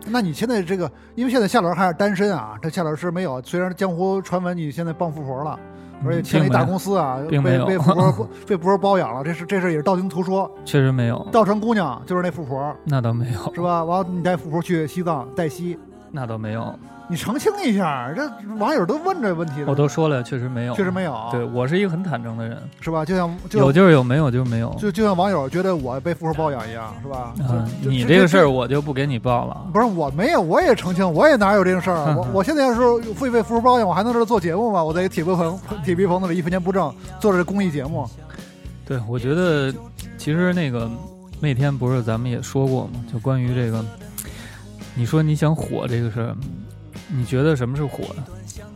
[SPEAKER 2] 那你现在这个，因为现在夏老师还是单身啊，这夏老师没有。虽然江湖传闻你现在傍富婆了，而且签了一大公司啊，
[SPEAKER 3] 嗯并没
[SPEAKER 2] 被
[SPEAKER 3] 有
[SPEAKER 2] 被富婆 [laughs] 被富婆包养了，这是这事也是道听途说。
[SPEAKER 3] 确实没
[SPEAKER 2] [laughs]
[SPEAKER 3] 有，
[SPEAKER 2] 稻城姑娘就是那富婆
[SPEAKER 3] 那倒没有，
[SPEAKER 2] 是吧？完了你带富婆去西藏带西，
[SPEAKER 3] 那倒没有。
[SPEAKER 2] 你澄清一下，这网友都问这问题
[SPEAKER 3] 我
[SPEAKER 2] 了，
[SPEAKER 3] 都说了，确实没有，
[SPEAKER 2] 确实没有，
[SPEAKER 3] 对我是一个很坦诚的人，
[SPEAKER 2] 是吧？就像就
[SPEAKER 3] 有
[SPEAKER 2] 像
[SPEAKER 3] 就是有，没有就是没有。
[SPEAKER 2] 就就像网友觉得我被富婆包养一样，是吧？
[SPEAKER 3] 嗯，
[SPEAKER 2] 就
[SPEAKER 3] 你
[SPEAKER 2] 就
[SPEAKER 3] 这个事儿我就不给你报了。？
[SPEAKER 2] 不是我没有，我也澄清，我也哪有这个事儿啊我我现在要是会被福包养，我还能在这做节目吗？我在铁皮棚铁皮棚子里一分钱不挣，做着公益节目，
[SPEAKER 3] 对，我觉得其实那个那天不是咱们也说过吗？就关于这个，你说你想火这个事儿，你觉得什么是火呀？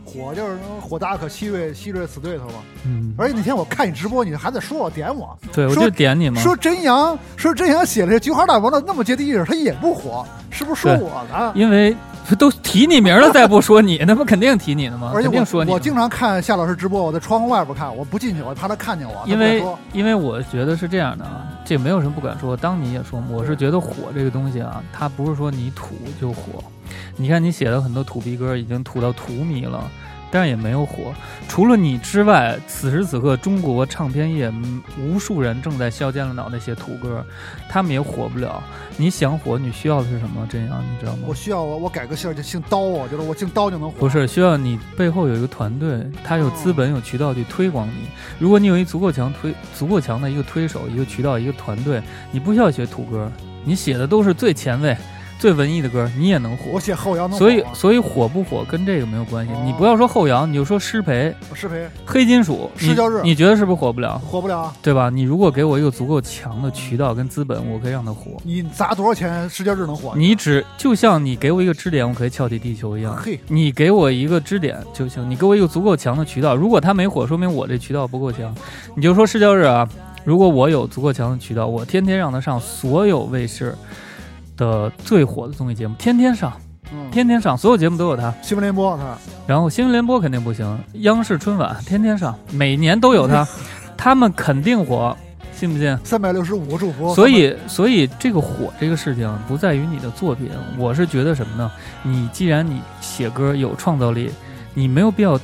[SPEAKER 2] 火就是说火大可吸瑞吸瑞死对头嘛。
[SPEAKER 3] 嗯，
[SPEAKER 2] 而且那天我看你直播，你还在说我点我，
[SPEAKER 3] 对，我
[SPEAKER 2] 说
[SPEAKER 3] 就点你嘛。
[SPEAKER 2] 说真阳说真阳写的这《菊花大王》的那么接地气，他也不火，是不是说
[SPEAKER 3] 对嗯
[SPEAKER 2] 我呢？
[SPEAKER 3] 因为都提你名儿了，再不说你，那不肯定提你的吗？
[SPEAKER 2] 而且
[SPEAKER 3] 肯定说
[SPEAKER 2] 我
[SPEAKER 3] 你
[SPEAKER 2] 我
[SPEAKER 3] 的
[SPEAKER 2] 经常看夏老师直播，我在窗户外边看，我不进去，我怕他看见我。他
[SPEAKER 3] 因
[SPEAKER 2] 不敢
[SPEAKER 3] 为
[SPEAKER 2] 说
[SPEAKER 3] 因为我觉得是这样的啊，这没有什么不敢说。当你也说，我是觉得火这个东西啊，它不是说你土就火。你看你写的很多土逼歌，已经土到荼蘼了，但是也没有火。除了你之外，此时此刻中国唱片业嗯无数人正在削尖了脑袋写土歌，他们也火不了。你想火，你需要的是什么？这样你知道吗
[SPEAKER 2] 我？需要我我改个姓儿就姓刀，我觉得我姓刀就能火。
[SPEAKER 3] 不是需要你背后有一个团队，他有资本、有渠道去推广你。如果你有一足够强推、足够强的一个推手、一个渠道、一个团队，你不需要写土歌，你写的都是最前卫、最文艺的歌，你也能
[SPEAKER 2] 我
[SPEAKER 3] 火。
[SPEAKER 2] 写后摇能火
[SPEAKER 3] 所以，
[SPEAKER 2] 吗
[SPEAKER 3] 所以火不火跟这个没有关系。
[SPEAKER 2] 哦
[SPEAKER 3] 你不要说后摇，你就说失陪、
[SPEAKER 2] 我视频
[SPEAKER 3] 黑金属，
[SPEAKER 2] 失焦日
[SPEAKER 3] 你你觉得是不是火不了？
[SPEAKER 2] 火不了啊。
[SPEAKER 3] 对吧？你如果给我一个足够强的渠道跟资本，我可以让它火。
[SPEAKER 2] 你砸多少钱，世界日能火？
[SPEAKER 3] 你只嗯就像你给我一个支点，我可以撬起地球一样。
[SPEAKER 2] 嘿，
[SPEAKER 3] 你给我一个支点就行，你给我一个足够强的渠道。如果它没火，说明我这渠道不够强。你就说试教日啊，如果我有足够强的渠道，我天天让它上所有卫视的最火的综艺节目，天天上，
[SPEAKER 2] 嗯，
[SPEAKER 3] 天天上，所有节目都有它。
[SPEAKER 2] 新闻联播啊他
[SPEAKER 3] 然后新闻联播肯定不行，央视春晚天天上，每年都有它，他们肯定火， [laughs] 信不信？
[SPEAKER 2] 三百六十五个祝福，
[SPEAKER 3] 所以，所以这个火这个事情啊不在于你的作品，我是觉得什么呢？你既然你写歌有创造力，你没有必要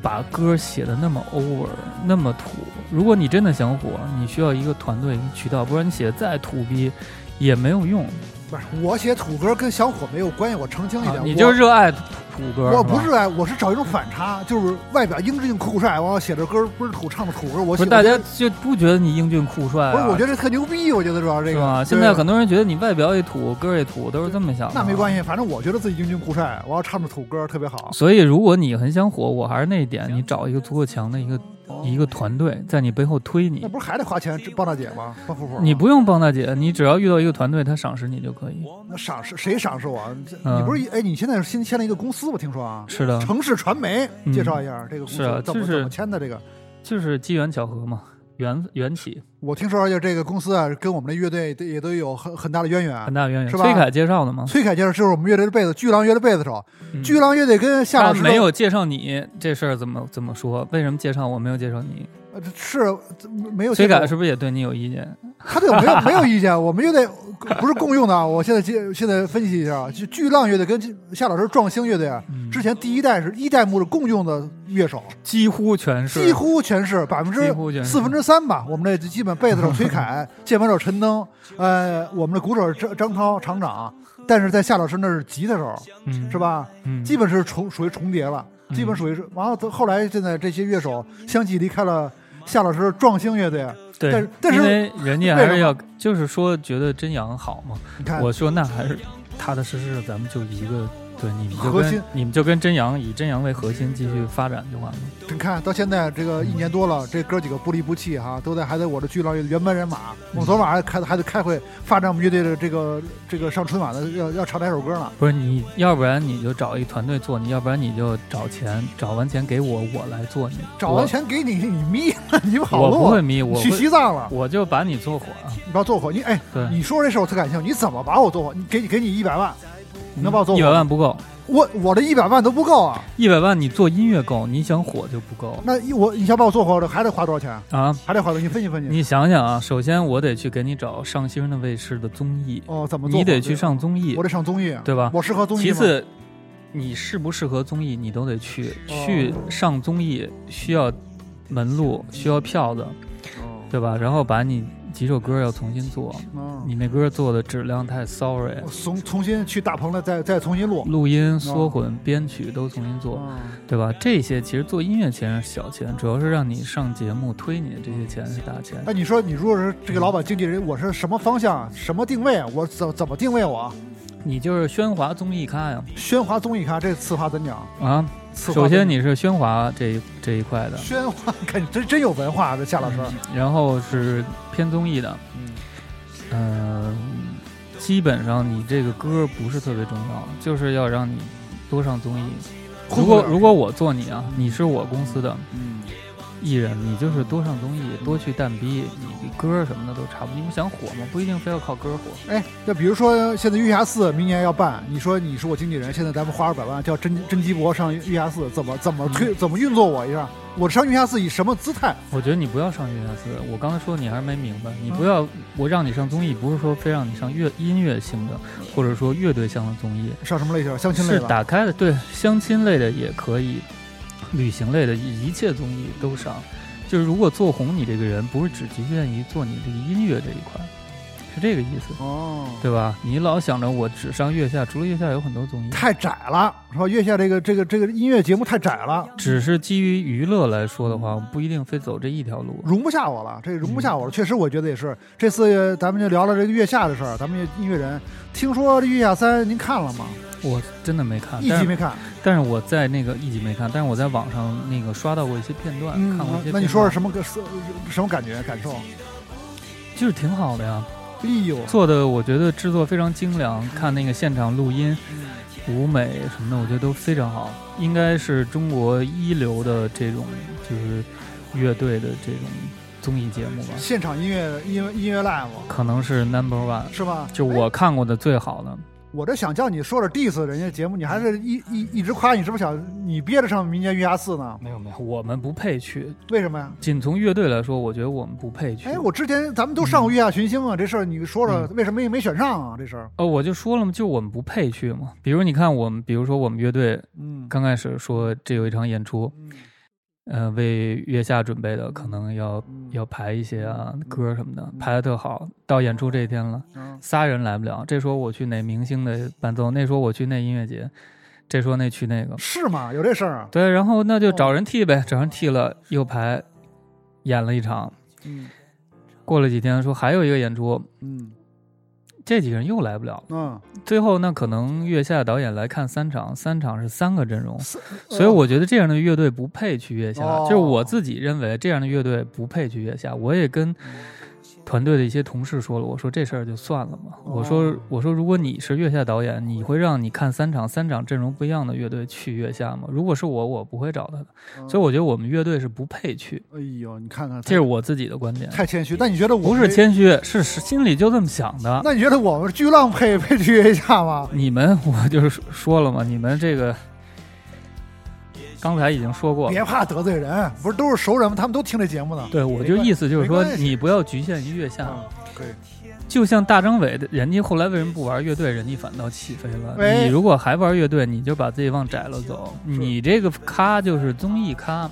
[SPEAKER 3] 把歌写的那么 over，那么土。如果你真的想火，你需要一个团队、一个渠道，不然你写的再土逼也没有用。
[SPEAKER 2] 不是我写土歌跟想火没有关系，我澄清一
[SPEAKER 3] 啊
[SPEAKER 2] 点，
[SPEAKER 3] 你
[SPEAKER 2] 我
[SPEAKER 3] 就是热爱土土歌，
[SPEAKER 2] 我
[SPEAKER 3] 是
[SPEAKER 2] 不
[SPEAKER 3] 吧
[SPEAKER 2] 是哎，我是找一种反差，就是外表英俊酷帅，我写着歌不是土唱的土歌，我
[SPEAKER 3] 不
[SPEAKER 2] 写
[SPEAKER 3] 是大家就不觉得你英俊酷帅、啊，
[SPEAKER 2] 不是，我觉得这特牛逼，我觉得主要这
[SPEAKER 3] 是
[SPEAKER 2] 个
[SPEAKER 3] 吧？
[SPEAKER 2] 对
[SPEAKER 3] 现在很多人觉得你外表也土，歌也土，都是这么想的。啊
[SPEAKER 2] 那没关
[SPEAKER 3] 系。
[SPEAKER 2] 系，反正我觉得自己英俊酷帅，我要唱着土歌特别好。
[SPEAKER 3] 所以，如果你很想火，我还是那一点，你找一个足够强的一个一个团队，在你背后推你
[SPEAKER 2] 哦那。啊不是还得花钱帮大姐吗？帮富婆吗？
[SPEAKER 3] 你不用帮大姐，你只要遇到一个团队，他赏识你就可以。
[SPEAKER 2] 那赏识谁赏识我？这
[SPEAKER 3] 嗯
[SPEAKER 2] 你不是哎？你现在是新签了一个公司，我听说啊，
[SPEAKER 3] 是的，
[SPEAKER 2] 城市传媒
[SPEAKER 3] 嗯
[SPEAKER 2] 介绍一下这个公
[SPEAKER 3] 是啊
[SPEAKER 2] 司怎么
[SPEAKER 3] 就是
[SPEAKER 2] 怎么签的这个。
[SPEAKER 3] 就是机缘巧合嘛，缘缘起，
[SPEAKER 2] 我听说，而且这个公司啊，跟我们的乐队也都有很很大的渊
[SPEAKER 3] 很
[SPEAKER 2] 源。
[SPEAKER 3] 大渊源。
[SPEAKER 2] 是吧
[SPEAKER 3] 崔凯介绍的嘛？
[SPEAKER 2] 崔凯介绍就是我们乐队的贝斯，巨浪乐队贝斯手。
[SPEAKER 3] 嗯
[SPEAKER 2] 巨浪乐队跟夏
[SPEAKER 3] 他
[SPEAKER 2] 老师
[SPEAKER 3] 没有介绍你这事儿怎么怎么说？为什么介绍我没有介绍你？
[SPEAKER 2] 呃是没有
[SPEAKER 3] 崔
[SPEAKER 2] 接触
[SPEAKER 3] 凯是不是也对你有意见？
[SPEAKER 2] 他对我没有没有意见，我们乐队 [laughs] 不是共用的啊。我现在接现在分析一下啊，就巨浪乐队跟夏老师壮星乐队啊，
[SPEAKER 3] 嗯
[SPEAKER 2] 之前第一代是一代目是共用的乐手，
[SPEAKER 3] 几乎全是，
[SPEAKER 2] 几乎全是百分
[SPEAKER 3] 几
[SPEAKER 2] 之
[SPEAKER 3] 乎全是
[SPEAKER 2] 四分之三吧。我们这基本贝斯手崔
[SPEAKER 3] [laughs]
[SPEAKER 2] 凯，键盘手陈登，呃，我们的鼓手张张涛厂长，但是在夏老师那儿是吉他手，
[SPEAKER 3] 嗯
[SPEAKER 2] 是？吧？
[SPEAKER 3] 嗯，
[SPEAKER 2] 基本是重属于重叠了，
[SPEAKER 3] 嗯
[SPEAKER 2] 基本属于是。然后后来现在这些乐手相继离开了夏老师壮星乐队，
[SPEAKER 3] 对，
[SPEAKER 2] 但是但是
[SPEAKER 3] 因为人家还是要，就是说觉得真阳好嘛。
[SPEAKER 2] 你看
[SPEAKER 3] 我说那还是踏踏实实的，咱们就一个。对，你们就
[SPEAKER 2] 核心
[SPEAKER 3] 跟你们就跟真阳以真阳为核心继续发展就完了。
[SPEAKER 2] 你看到现在这个一年多了，这哥几个不离不弃哈，都在还在我的巨浪原班人马。我们昨晚还开还得开会发展我们乐队的这个这个上春晚的要要唱哪首歌呢？
[SPEAKER 3] 不是你，要不然你就找一团队做，你要不然你就找钱，找完钱给我，我来做你。
[SPEAKER 2] 找完钱给你，你眯了，你跑
[SPEAKER 3] 我，我不
[SPEAKER 2] 路
[SPEAKER 3] 会，迷，我
[SPEAKER 2] 去
[SPEAKER 3] 会，
[SPEAKER 2] 西藏了，
[SPEAKER 3] 我就把你做火啊。
[SPEAKER 2] 你把我做火。你哎，
[SPEAKER 3] 对，
[SPEAKER 2] 你说这事儿我特感兴趣，你怎么把我做火？你给给你一百万，你能把我做
[SPEAKER 3] 嗯一百
[SPEAKER 2] 火？
[SPEAKER 3] 万不够，
[SPEAKER 2] 我我这一百万都不够啊！
[SPEAKER 3] 一百万你做音乐够，你想火就不够
[SPEAKER 2] 那一我你想把我做火，这还得花多少钱？
[SPEAKER 3] 啊。
[SPEAKER 2] 还得花多少？你分析分析。
[SPEAKER 3] 你想想啊，首先我得去给你找上新的卫视的综艺，
[SPEAKER 2] 哦，怎么做火？
[SPEAKER 3] 你得去上综艺
[SPEAKER 2] 我，得上综艺，啊
[SPEAKER 3] 对吧？
[SPEAKER 2] 我适合综艺
[SPEAKER 3] 其
[SPEAKER 2] 吗，
[SPEAKER 3] 次，你适不适合综艺，你都得去。
[SPEAKER 2] 哦
[SPEAKER 3] 去上综艺需要门路，需要票子，对吧？然后把你几首歌要重新做，
[SPEAKER 2] 哦嗯，
[SPEAKER 3] 你那歌做的质量太 sorry，
[SPEAKER 2] 我重重新去大棚了，再再重新录。
[SPEAKER 3] 录
[SPEAKER 2] 哦
[SPEAKER 3] 音、缩混、编曲都重新做，
[SPEAKER 2] 嗯
[SPEAKER 3] 对吧？这些其实做音乐钱是小钱，主要是让你上节目推你的这些钱是大钱。
[SPEAKER 2] 哎，你说你如果是这个老板经纪人，我是什么方向、啊什么定位？我怎怎么定位我？啊
[SPEAKER 3] 你就是喧哗综艺咖呀
[SPEAKER 2] 喧哗综艺咖，这此话怎讲？
[SPEAKER 3] 啊！
[SPEAKER 2] 此话
[SPEAKER 3] 首先
[SPEAKER 2] 怎
[SPEAKER 3] 你是喧哗这一这一块的
[SPEAKER 2] 讲，喧哗，看你真真有文化，这夏老师。
[SPEAKER 3] 然后是偏综艺的，
[SPEAKER 2] 嗯，
[SPEAKER 3] 嗯，基本上你这个歌不是特别重要，就是要让你多上综艺。
[SPEAKER 2] 酷
[SPEAKER 3] 如
[SPEAKER 2] 不
[SPEAKER 3] 果
[SPEAKER 2] 了
[SPEAKER 3] 如果我做你啊，你是我公司的
[SPEAKER 2] 嗯，
[SPEAKER 3] 艺人，你就是多上综艺，多去蛋逼，你歌什么的都差不多。你不想火吗？不一定非要靠歌火。
[SPEAKER 2] 哎，那比如说现在月下四明年要办，你说你是我经纪人，现在咱们花二百万叫甄甄姬博上月下四，怎么怎么推、怎么运作我一下？我上月下四以什么姿态？
[SPEAKER 3] 我觉得你不要上月下四，我刚才说你还是没明白。你不要我让你上综艺，不是说非让你上乐音乐性的，或者说乐队向的综艺，
[SPEAKER 2] 上什么类型？相亲类
[SPEAKER 3] 是
[SPEAKER 2] 的？
[SPEAKER 3] 打开的，对，相亲类的也可以，旅行类的一切综艺都上。就是如果做红你这个人，不是只局限于做你这个音乐这一块，是这个意思，
[SPEAKER 2] 哦，
[SPEAKER 3] 对吧？你老想着我只上月下，除了月下有很多综艺，
[SPEAKER 2] 太窄了，是吧？月下这个这个这个音乐节目太窄了，
[SPEAKER 3] 只是基于娱乐来说的话，我不一定非走这一条路。
[SPEAKER 2] 容不下我了，这容不下我了。确实，我觉得也是。这次呃咱们就聊聊这个月下的事儿，咱们也音乐人听说这月下三您看了吗？
[SPEAKER 3] 我真的没看，
[SPEAKER 2] 一
[SPEAKER 3] 但
[SPEAKER 2] 集
[SPEAKER 3] 是
[SPEAKER 2] 没看，
[SPEAKER 3] 但是我在那个一集没看，但是我在网上那个刷到过一些片段，
[SPEAKER 2] 嗯
[SPEAKER 3] 看过一些片段。
[SPEAKER 2] 那你说说什么个是什么感觉感受？
[SPEAKER 3] 就是挺好的呀，
[SPEAKER 2] 哎呦，
[SPEAKER 3] 做的我觉得制作非常精良，看那个现场录音、舞美什么的，我觉得都非常好，应该是中国一流的这种就是乐队的这种综艺节目吧，
[SPEAKER 2] 现场音乐音乐音乐 live
[SPEAKER 3] 可能是 number one，
[SPEAKER 2] 是吧？
[SPEAKER 3] 就我看过的最好的。
[SPEAKER 2] 我这想叫你说点 diss 人家节目，你还是一一一直夸，你是不是想你憋着上民间月下四呢？
[SPEAKER 3] 没有没有，我们不配去。
[SPEAKER 2] 为什么呀？
[SPEAKER 3] 仅从乐队来说，我觉得我们不配去。
[SPEAKER 2] 哎，我之前咱们都上过月下群星啊，这事儿你说
[SPEAKER 3] 嗯
[SPEAKER 2] 说，为什么没没选上啊？这事儿，
[SPEAKER 3] 呃，我就说了嘛，就我们不配去嘛。比如你看我们，比如说我们乐队
[SPEAKER 2] 嗯，
[SPEAKER 3] 刚开始说这有一场演出，呃，为月下准备的，可能要
[SPEAKER 2] 嗯
[SPEAKER 3] 要排一些啊歌什么的，排的特好。到演出这
[SPEAKER 2] 嗯
[SPEAKER 3] 一天了，仨人来不了，这时候我去哪明星的伴奏，那时候我去那音乐节，这说那去那个。
[SPEAKER 2] 是吗？有这事儿啊？
[SPEAKER 3] 对，然后那就找人替呗，找人替了，又排演了一场。
[SPEAKER 2] 嗯
[SPEAKER 3] 过了几天说还有一个演出，
[SPEAKER 2] 嗯
[SPEAKER 3] 这几个人又来不了。
[SPEAKER 2] 嗯，
[SPEAKER 3] 最后那可能月下导演来看三场，三场是三个阵容，
[SPEAKER 2] 是
[SPEAKER 3] 所以我觉得这样的乐队不配去月下。
[SPEAKER 2] 哦
[SPEAKER 3] 就是我自己认为这样的乐队不配去月下。我也跟
[SPEAKER 2] 嗯
[SPEAKER 3] 团队的一些同事说了，我说这事儿就算了嘛。
[SPEAKER 2] 哦
[SPEAKER 3] 我说我说如果你是月下导演，你会让你看三场三场阵容不一样的乐队去月下吗？如果是我，我不会找他的。
[SPEAKER 2] 嗯
[SPEAKER 3] 所以我觉得我们乐队是不配去，
[SPEAKER 2] 哎呦，你看看，
[SPEAKER 3] 这是我自己的观点，
[SPEAKER 2] 太谦虚。那你觉得我
[SPEAKER 3] 不是
[SPEAKER 2] 们
[SPEAKER 3] 谦虚，是是心里就这么想的。
[SPEAKER 2] 那你觉得我们巨浪配配去一下吗？
[SPEAKER 3] 你们，我就是说说了嘛，你们这个刚才已经说过了，
[SPEAKER 2] 别怕得罪人，不是都是熟人吗？他们都听这节目呢。
[SPEAKER 3] 对我就意思就是说
[SPEAKER 2] 没，关系
[SPEAKER 3] 你不要局限于月下，
[SPEAKER 2] 嗯，可以。
[SPEAKER 3] 就像大张伟的，人家后来为什么不玩乐队，人家反倒起飞了。
[SPEAKER 2] 喂
[SPEAKER 3] 你如果还玩乐队，你就把自己往窄了走，你这个咖就是综艺咖。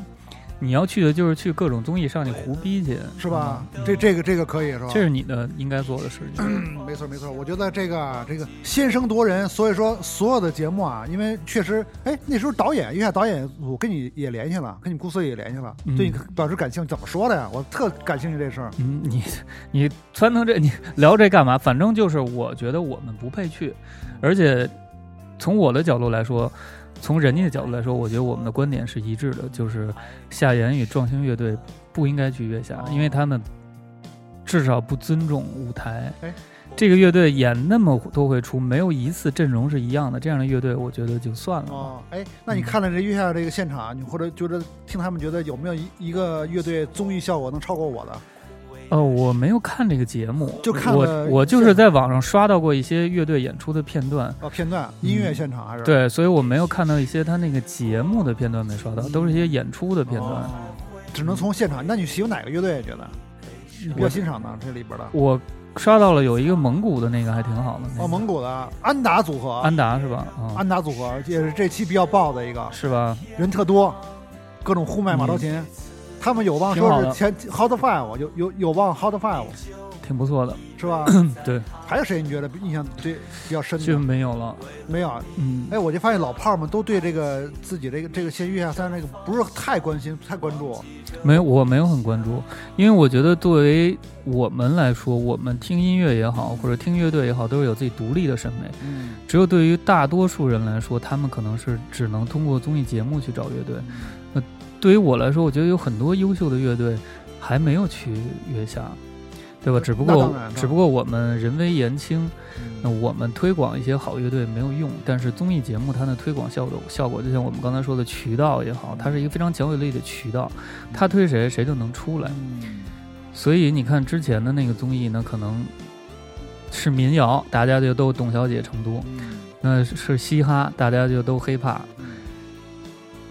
[SPEAKER 3] 你要去的就是去各种综艺上去胡逼去，
[SPEAKER 2] 是吧
[SPEAKER 3] 嗯？
[SPEAKER 2] 这这个这个可以是吧？
[SPEAKER 3] 这是你的应该做的事
[SPEAKER 2] [laughs]
[SPEAKER 3] 情。
[SPEAKER 2] 嗯没错没错，我觉得这个啊这个先声夺人，所以说所有的节目啊，因为确实，哎，那时候导演月下导演，我跟你也联系了，跟你公司也联系了，
[SPEAKER 3] 嗯
[SPEAKER 2] 对你表示感兴趣，怎么说的呀？我特感兴趣这事儿。
[SPEAKER 3] 嗯，你你穿成这，你聊这干嘛？反正就是我觉得我们不配去，而且从我的角度来说，从人家的角度来说，我觉得我们的观点是一致的，就是夏言与壮星乐队不应该去月下
[SPEAKER 2] 哦，
[SPEAKER 3] 因为他们至少不尊重舞台
[SPEAKER 2] 哎。
[SPEAKER 3] 这个乐队演那么多回出，没有一次阵容是一样的，这样的乐队我觉得就算了吧。
[SPEAKER 2] 哦，哎，那你看了这月下这个现场，你或者觉得听他们觉得有没有一一个乐队综艺效果能超过我的？
[SPEAKER 3] 哦，我没有看这个节目，
[SPEAKER 2] 就看了
[SPEAKER 3] 我我就
[SPEAKER 2] 现
[SPEAKER 3] 是
[SPEAKER 2] 场
[SPEAKER 3] 在网上刷到过一些乐队演出的片段，
[SPEAKER 2] 哦，片段音
[SPEAKER 3] 嗯
[SPEAKER 2] 乐现场还是？
[SPEAKER 3] 对，所以我没有看到一些他那个节目的片段没刷到，都是一些演出的片段。
[SPEAKER 2] 哦只能从现场。那你喜欢哪个乐队？觉得你比较
[SPEAKER 3] 我
[SPEAKER 2] 欣赏呢？这里边的
[SPEAKER 3] 我刷到了有一个蒙古的那个还挺好的，那个
[SPEAKER 2] 哦，蒙古的安达组合，
[SPEAKER 3] 安达是吧？啊、
[SPEAKER 2] 安达组合也是这期比较爆的一个，
[SPEAKER 3] 是吧？
[SPEAKER 2] 人特多，各种互卖马头琴。他们有望
[SPEAKER 3] 嗯挺好
[SPEAKER 2] 说
[SPEAKER 3] 的
[SPEAKER 2] 是前 Hot Five，有有有望 Hot Five
[SPEAKER 3] 挺不错的，
[SPEAKER 2] 是吧？
[SPEAKER 3] [coughs] 对，
[SPEAKER 2] 还有谁你觉得印象最比较深
[SPEAKER 3] 就
[SPEAKER 2] 的？
[SPEAKER 3] 嗯没有了。
[SPEAKER 2] 没有啊，
[SPEAKER 3] 嗯，
[SPEAKER 2] 哎，我就发现老炮儿们都对这个自己这个这个先月下啊三这个不是太关心、太关注。
[SPEAKER 3] 没有，我没有很关注，因为我觉得作为我们来说，我们听音乐也好，或者听乐队也好，都是有自己独立的审美。
[SPEAKER 2] 嗯，
[SPEAKER 3] 只有对于大多数人来说，他们可能是只能通过综艺节目去找乐
[SPEAKER 2] 嗯
[SPEAKER 3] 队。那对于我来说，我觉得有很多优秀的乐队还没有去月下，对吧？
[SPEAKER 2] 那
[SPEAKER 3] 只不
[SPEAKER 2] 那
[SPEAKER 3] 过
[SPEAKER 2] 当然了
[SPEAKER 3] 只不过我们人微言轻，那
[SPEAKER 2] 嗯
[SPEAKER 3] 我们推广一些好乐队没有用，但是综艺节目它的推广效果效果，就像我们刚才说的渠道也好，它是一个非常强有力的渠道，它推谁谁就能出来。
[SPEAKER 2] 嗯
[SPEAKER 3] 所以你看之前的那个综艺呢，可能是民谣，大家就都董小姐成都；
[SPEAKER 2] 嗯
[SPEAKER 3] 那是嘻哈，大家就都 hiphop。
[SPEAKER 2] 嗯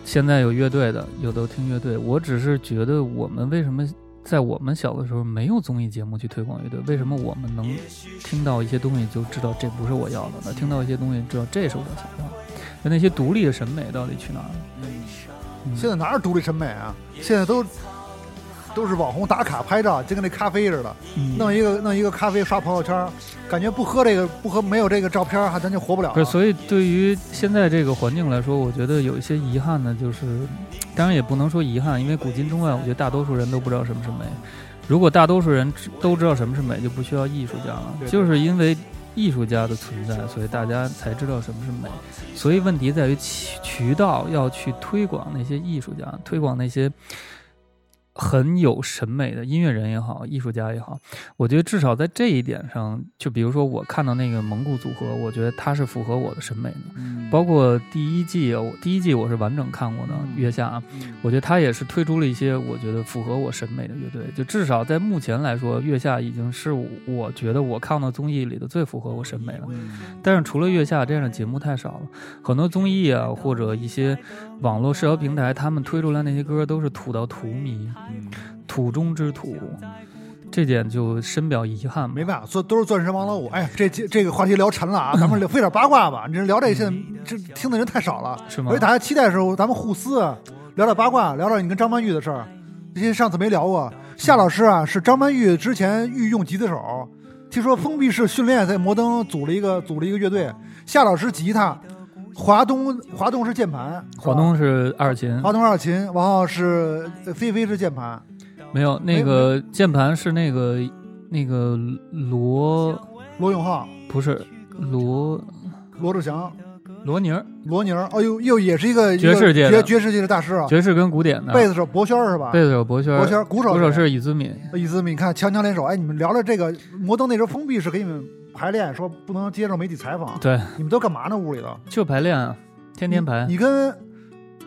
[SPEAKER 3] 现在有乐队的，有的听乐队。我只是觉得我们为什么在我们小的时候没有综艺节目去推广乐队？为什么我们能听到一些东西就知道这不是我要的呢？听到一些东西知道这是我想要的？那那些独立的审美到底去哪儿了？
[SPEAKER 2] 嗯
[SPEAKER 3] 嗯
[SPEAKER 2] 现在哪有独立审美啊？现在都都是网红打卡拍照，就跟那咖啡似的，
[SPEAKER 3] 嗯
[SPEAKER 2] 弄一个弄一个咖啡刷朋友圈，感觉不喝这个不喝没有这个照片儿，还咱就活不了
[SPEAKER 3] 不是，
[SPEAKER 2] 了。
[SPEAKER 3] 所以对于现在这个环境来说，我觉得有一些遗憾呢，就是，当然也不能说遗憾，因为古今中外，我觉得大多数人都不知道什么是美。如果大多数人知都知道什么是美，就不需要艺术家了
[SPEAKER 2] 对。对
[SPEAKER 3] 就是因为艺术家的存在，所以大家才知道什么是美。所以问题在于渠渠道要去推广那些艺术家，推广那些很有审美的音乐人也好，艺术家也好。我觉得至少在这一点上，就比如说我看到那个蒙古组合，我觉得它是符合我的审美的。
[SPEAKER 2] 嗯
[SPEAKER 3] 包括第一季，我第一季我是完整看过的《
[SPEAKER 2] 嗯
[SPEAKER 3] 月下》啊，
[SPEAKER 2] 嗯
[SPEAKER 3] 我觉得它也是推出了一些我觉得符合我审美的乐队。就至少在目前来说，《月下》已经是我觉得我看到综艺里的最符合我审美了。
[SPEAKER 2] 嗯
[SPEAKER 3] 但是除了月下这样的节目太少了，很多综艺啊或者一些网络社交平台，他们推出来那些歌都是土到荼蘼，嗯土中之土，这点就深表遗憾吧。
[SPEAKER 2] 没办法，做都是钻石王老五。哎，这这这个话题聊沉了啊，咱们聊费点八卦吧。你这聊这现在这听的人太少了，
[SPEAKER 3] 是吗
[SPEAKER 2] 所以？大家期待的时候，咱们互撕，啊聊聊八卦，聊聊你跟张曼玉的事儿，这些上次没聊过。夏老师啊，是张曼玉之前御用吉他手，听说封闭式训练在摩登组了一个组了一个乐队，夏老师吉他，华东华东是键盘，
[SPEAKER 3] 华东是二琴，
[SPEAKER 2] 华东二琴，然后是呃菲菲是键盘，
[SPEAKER 3] 没有
[SPEAKER 2] 没
[SPEAKER 3] 那个键盘是那个那个罗
[SPEAKER 2] 罗永浩、
[SPEAKER 3] 不是罗
[SPEAKER 2] 罗志祥、
[SPEAKER 3] 罗宁儿
[SPEAKER 2] 罗宁，哦呦又也是一个
[SPEAKER 3] 爵士界的
[SPEAKER 2] 一个爵爵士界的大师啊，
[SPEAKER 3] 爵士跟古典的，
[SPEAKER 2] 贝斯手博轩是吧？
[SPEAKER 3] 贝斯手博轩，
[SPEAKER 2] 博轩，鼓手
[SPEAKER 3] 鼓手
[SPEAKER 2] 谁啊
[SPEAKER 3] 是伊兹敏，
[SPEAKER 2] 意思，你看强强联手，哎，你们聊聊这个摩登那时候封闭是给你们排练，说不能接受媒体采访，
[SPEAKER 3] 对，
[SPEAKER 2] 你们都干嘛呢？屋里头
[SPEAKER 3] 就排练啊，天天排
[SPEAKER 2] 你。你跟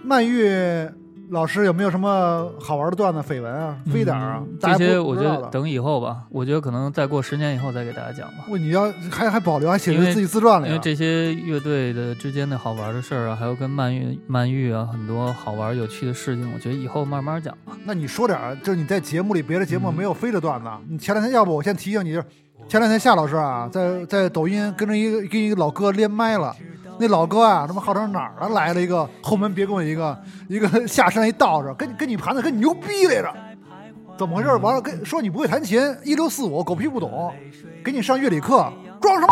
[SPEAKER 2] 曼玉老师有没有什么好玩的段子、绯闻啊、非点儿啊？
[SPEAKER 3] 嗯
[SPEAKER 2] 大
[SPEAKER 3] 这
[SPEAKER 2] 家
[SPEAKER 3] 些
[SPEAKER 2] 不
[SPEAKER 3] 我
[SPEAKER 2] 不
[SPEAKER 3] 觉
[SPEAKER 2] 知道
[SPEAKER 3] 得
[SPEAKER 2] 的。
[SPEAKER 3] 等以后吧，我觉得可能再过十年以后再给大家讲吧，
[SPEAKER 2] 哇，你要还还保留，还写
[SPEAKER 3] 因为
[SPEAKER 2] 成自己自传
[SPEAKER 3] 因
[SPEAKER 2] 里啊
[SPEAKER 3] 为
[SPEAKER 2] 了。
[SPEAKER 3] 这些乐队的之间的好玩的事儿啊，还有跟曼玉曼玉啊很多好玩有趣的事情，我觉得以后慢慢讲吧。
[SPEAKER 2] 那你说点儿，就是你在节目里别的节目
[SPEAKER 3] 嗯
[SPEAKER 2] 没有飞的段子。你前两天，要不我先提醒你，就是前两天夏老师啊，在在抖音跟着一个跟一个老哥连麦了。那老哥啊，他妈号称哪儿的来了一个后门别跟我一个 [laughs] 一个下山一道士，跟你跟你盘子跟你牛逼来着，怎么回事？完了跟说你不会弹琴，一六四五狗屁不懂，给你上乐理课，装什么？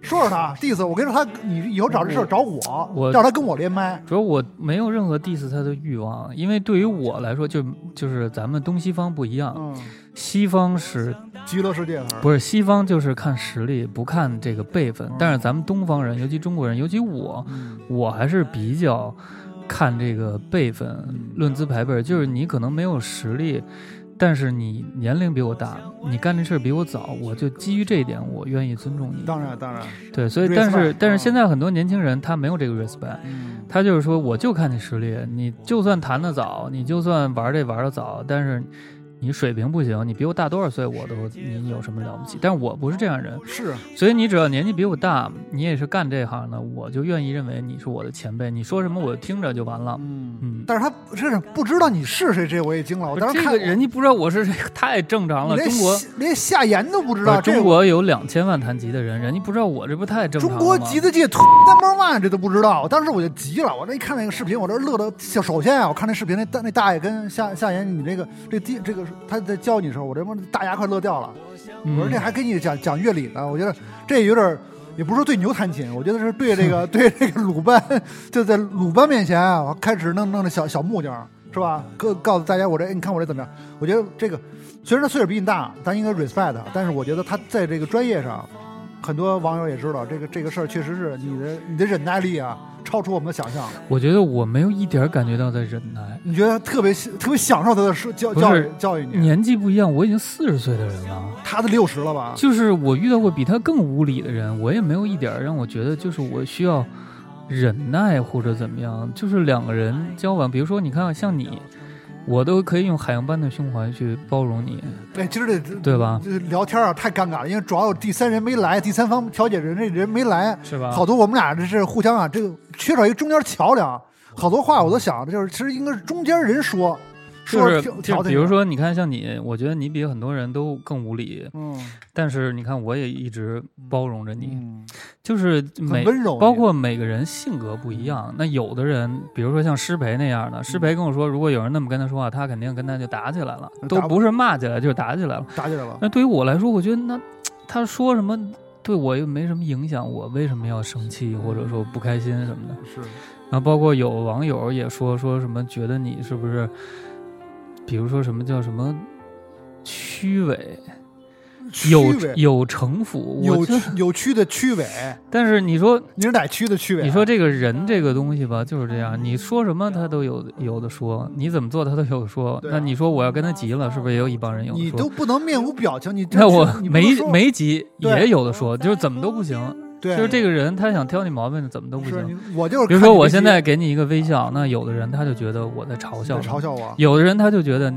[SPEAKER 2] 说说他弟子，我跟你说他，你以后找这事儿找我，
[SPEAKER 3] 我
[SPEAKER 2] 让他跟我连麦。
[SPEAKER 3] 主要我没有任何 diss 他的欲望，啊因为对于我来说就，就是咱们东西方不一样，
[SPEAKER 2] 嗯，
[SPEAKER 3] 西方是
[SPEAKER 2] 极乐世界还是
[SPEAKER 3] 不是西方就是看实力，不看这个辈分，但是咱们东方人，尤其中国人，尤其我，
[SPEAKER 2] 嗯
[SPEAKER 3] 我还是比较看这个辈分，论资排辈儿，就是你可能没有实力，但是你年龄比我大，你干这事儿比我早，我就基于这一点，我愿意尊重你。
[SPEAKER 2] 当然当然，
[SPEAKER 3] 对，所以但是
[SPEAKER 2] respect，
[SPEAKER 3] 但是
[SPEAKER 2] 嗯
[SPEAKER 3] 现在很多年轻人他没有这个 respect。
[SPEAKER 2] 嗯
[SPEAKER 3] 他就是说，我就看你实力，你就算弹得早，你就算玩这玩得早，但是你水平不行，你比我大多少岁，我都你有什么了不起？但是我不是这啊样人，
[SPEAKER 2] 是
[SPEAKER 3] 所以你只要年纪比我大，你也是干这行的，我就愿意认为你是我的前辈，你说什么我听着就完了。
[SPEAKER 2] 嗯，
[SPEAKER 3] 嗯，
[SPEAKER 2] 但是他这是不知道你是谁，这我也惊了。我当时
[SPEAKER 3] 这
[SPEAKER 2] 看
[SPEAKER 3] 个人家不知道我是谁， [laughs] 太正常
[SPEAKER 2] 你
[SPEAKER 3] 了。
[SPEAKER 2] 连
[SPEAKER 3] 中国
[SPEAKER 2] 夏连夏言都不知道，
[SPEAKER 3] 不是
[SPEAKER 2] 这
[SPEAKER 3] 中
[SPEAKER 2] 我
[SPEAKER 3] 国有两千万弹吉的人，人家不知道我这不太正常
[SPEAKER 2] 中
[SPEAKER 3] 了吗？
[SPEAKER 2] 国级的界 number one 这都不知道。我当时我就急了，我这一看那个视频，我这乐的。首先啊，我看那视频那大那大爷跟夏夏言，你这个这第这个他在教你的时候，我这妈大牙快乐掉了。
[SPEAKER 3] 嗯，
[SPEAKER 2] 我说这还跟你讲讲乐理呢，我觉得这有点儿，也不是说对牛弹琴，我觉得是对
[SPEAKER 3] [laughs]
[SPEAKER 2] 这个对这个鲁班，就在鲁班面前啊，我开始弄弄那小小木匠是吧？告告诉大家我这，哎你看我这怎么样？我觉得这个虽然他岁数比你大，咱应该 respect，他但是我觉得他在这个专业上，很多网友也知道这个这个事儿确实是你的你的忍耐力啊，超出我们的想象。
[SPEAKER 3] 我觉得我没有一点感觉到在忍耐。
[SPEAKER 2] 你觉得特别特别享受他的说教
[SPEAKER 3] 不
[SPEAKER 2] 教
[SPEAKER 3] 是
[SPEAKER 2] 育教育你，
[SPEAKER 3] 年纪不一样，我已经四十岁的人了，
[SPEAKER 2] 他都六十了吧？
[SPEAKER 3] 就是我遇到过比他更无理的人，我也没有一点让我觉得就是我需要忍耐或者怎么样。就是两个人交往，比如说你看像你，我都可以用海洋般的胸怀去包容你，
[SPEAKER 2] 哎，今儿这
[SPEAKER 3] 对 [laughs] 吧？
[SPEAKER 2] 这聊天啊太尴尬了，因为主要有第三人没来，第三方调解人这人没来，
[SPEAKER 3] 嗯是吧
[SPEAKER 2] 好多我们俩这是互相啊，这个缺少一个中间桥梁，好多话我都想，就是其实应该是中间人说，
[SPEAKER 3] 就
[SPEAKER 2] 说
[SPEAKER 3] 是
[SPEAKER 2] 着调
[SPEAKER 3] 就
[SPEAKER 2] 调
[SPEAKER 3] 是
[SPEAKER 2] 停
[SPEAKER 3] 比如，说，你看像你，我觉得你比很多人都更无理，
[SPEAKER 2] 嗯，
[SPEAKER 3] 但是你看我也一直包容着你，
[SPEAKER 2] 嗯
[SPEAKER 3] 就是
[SPEAKER 2] 很
[SPEAKER 3] 每
[SPEAKER 2] 温柔，
[SPEAKER 3] 包括每个人性格不一
[SPEAKER 2] 嗯
[SPEAKER 3] 样。那有的人，比如说像施培那样的，施培跟我说，如果有人那么跟他说话，他肯定跟他就打起来了，
[SPEAKER 2] 呃打
[SPEAKER 3] 都不是骂起来就是打起来了。
[SPEAKER 2] 打起来了，
[SPEAKER 3] 那对于我来说，我觉得那他说什么对我又没什么影响，我为什么要生气或者说不开心什么的？
[SPEAKER 2] 是，
[SPEAKER 3] 然后包括有网友也说说什么觉得你是不是，比如说什么叫什么虚伪，有
[SPEAKER 2] 虚伪，
[SPEAKER 3] 有城府，我
[SPEAKER 2] 有
[SPEAKER 3] 觉得
[SPEAKER 2] 有区的区委，
[SPEAKER 3] 但是你说
[SPEAKER 2] 你是哪区的区委啊？
[SPEAKER 3] 你说这个人这个东西吧，就是这样，你说什么他都有有的说，你怎么做他都有的说。
[SPEAKER 2] 对啊
[SPEAKER 3] 那你说我要跟他急了，是不是也有一帮人有的
[SPEAKER 2] 你
[SPEAKER 3] 说
[SPEAKER 2] 都？不能面无表情，你这
[SPEAKER 3] 那我
[SPEAKER 2] 你不能
[SPEAKER 3] 没
[SPEAKER 2] 说
[SPEAKER 3] 没急
[SPEAKER 2] 对
[SPEAKER 3] 也有的说，就是怎么都不行。
[SPEAKER 2] 对，
[SPEAKER 3] 就是这个人他想挑你毛病，怎么都不
[SPEAKER 2] 是
[SPEAKER 3] 行。
[SPEAKER 2] 你我就是看你没急，
[SPEAKER 3] 比如说我现在给你一个微笑，那有的人他就觉得我在嘲笑
[SPEAKER 2] 在
[SPEAKER 3] 你，
[SPEAKER 2] 嘲笑我，
[SPEAKER 3] 有的人他就觉得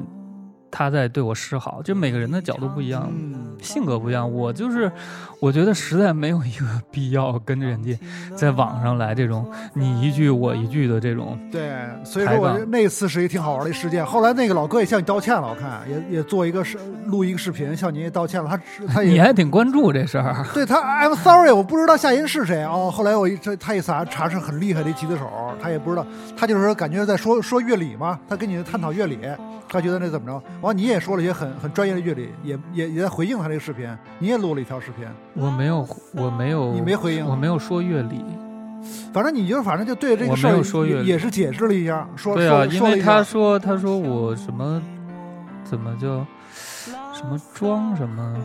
[SPEAKER 3] 他在对我示好，就每个人的角度不一样，
[SPEAKER 2] 嗯，
[SPEAKER 3] 性格不一样。我就是我觉得实在没有一个必要跟着人家在网上来这种你一句我一句的这种。
[SPEAKER 2] 对，所以
[SPEAKER 3] 抬
[SPEAKER 2] 说我
[SPEAKER 3] 杠
[SPEAKER 2] 觉得那次是一挺好玩的一事件。后来那个老哥也向你道歉了，我看也也做一个视录一个视频向你道歉了。他他
[SPEAKER 3] 你
[SPEAKER 2] 也
[SPEAKER 3] 还挺关注这事儿，
[SPEAKER 2] 对他 I'm sorry，我不知道夏银是谁哦。后来我一这他一查查是很厉害的一吉他手，他也不知道，他就是说感觉在说说乐理嘛，他跟你探讨乐理，他觉得那怎么着？完你也说了一些很很专业的乐理，也也也在回应他这个视频，你也录了一条视频，
[SPEAKER 3] 我没有，我没有，
[SPEAKER 2] 你没回应
[SPEAKER 3] 我没有说乐理，
[SPEAKER 2] 反正你就反正就对这个
[SPEAKER 3] 我
[SPEAKER 2] 事
[SPEAKER 3] 没有
[SPEAKER 2] 儿
[SPEAKER 3] 说
[SPEAKER 2] 也
[SPEAKER 3] 越
[SPEAKER 2] 也是解释了一下，说
[SPEAKER 3] 对啊，
[SPEAKER 2] 说
[SPEAKER 3] 因
[SPEAKER 2] 说了
[SPEAKER 3] 为
[SPEAKER 2] 一
[SPEAKER 3] 他
[SPEAKER 2] 下，
[SPEAKER 3] 说他说我什么怎么叫什么庄什么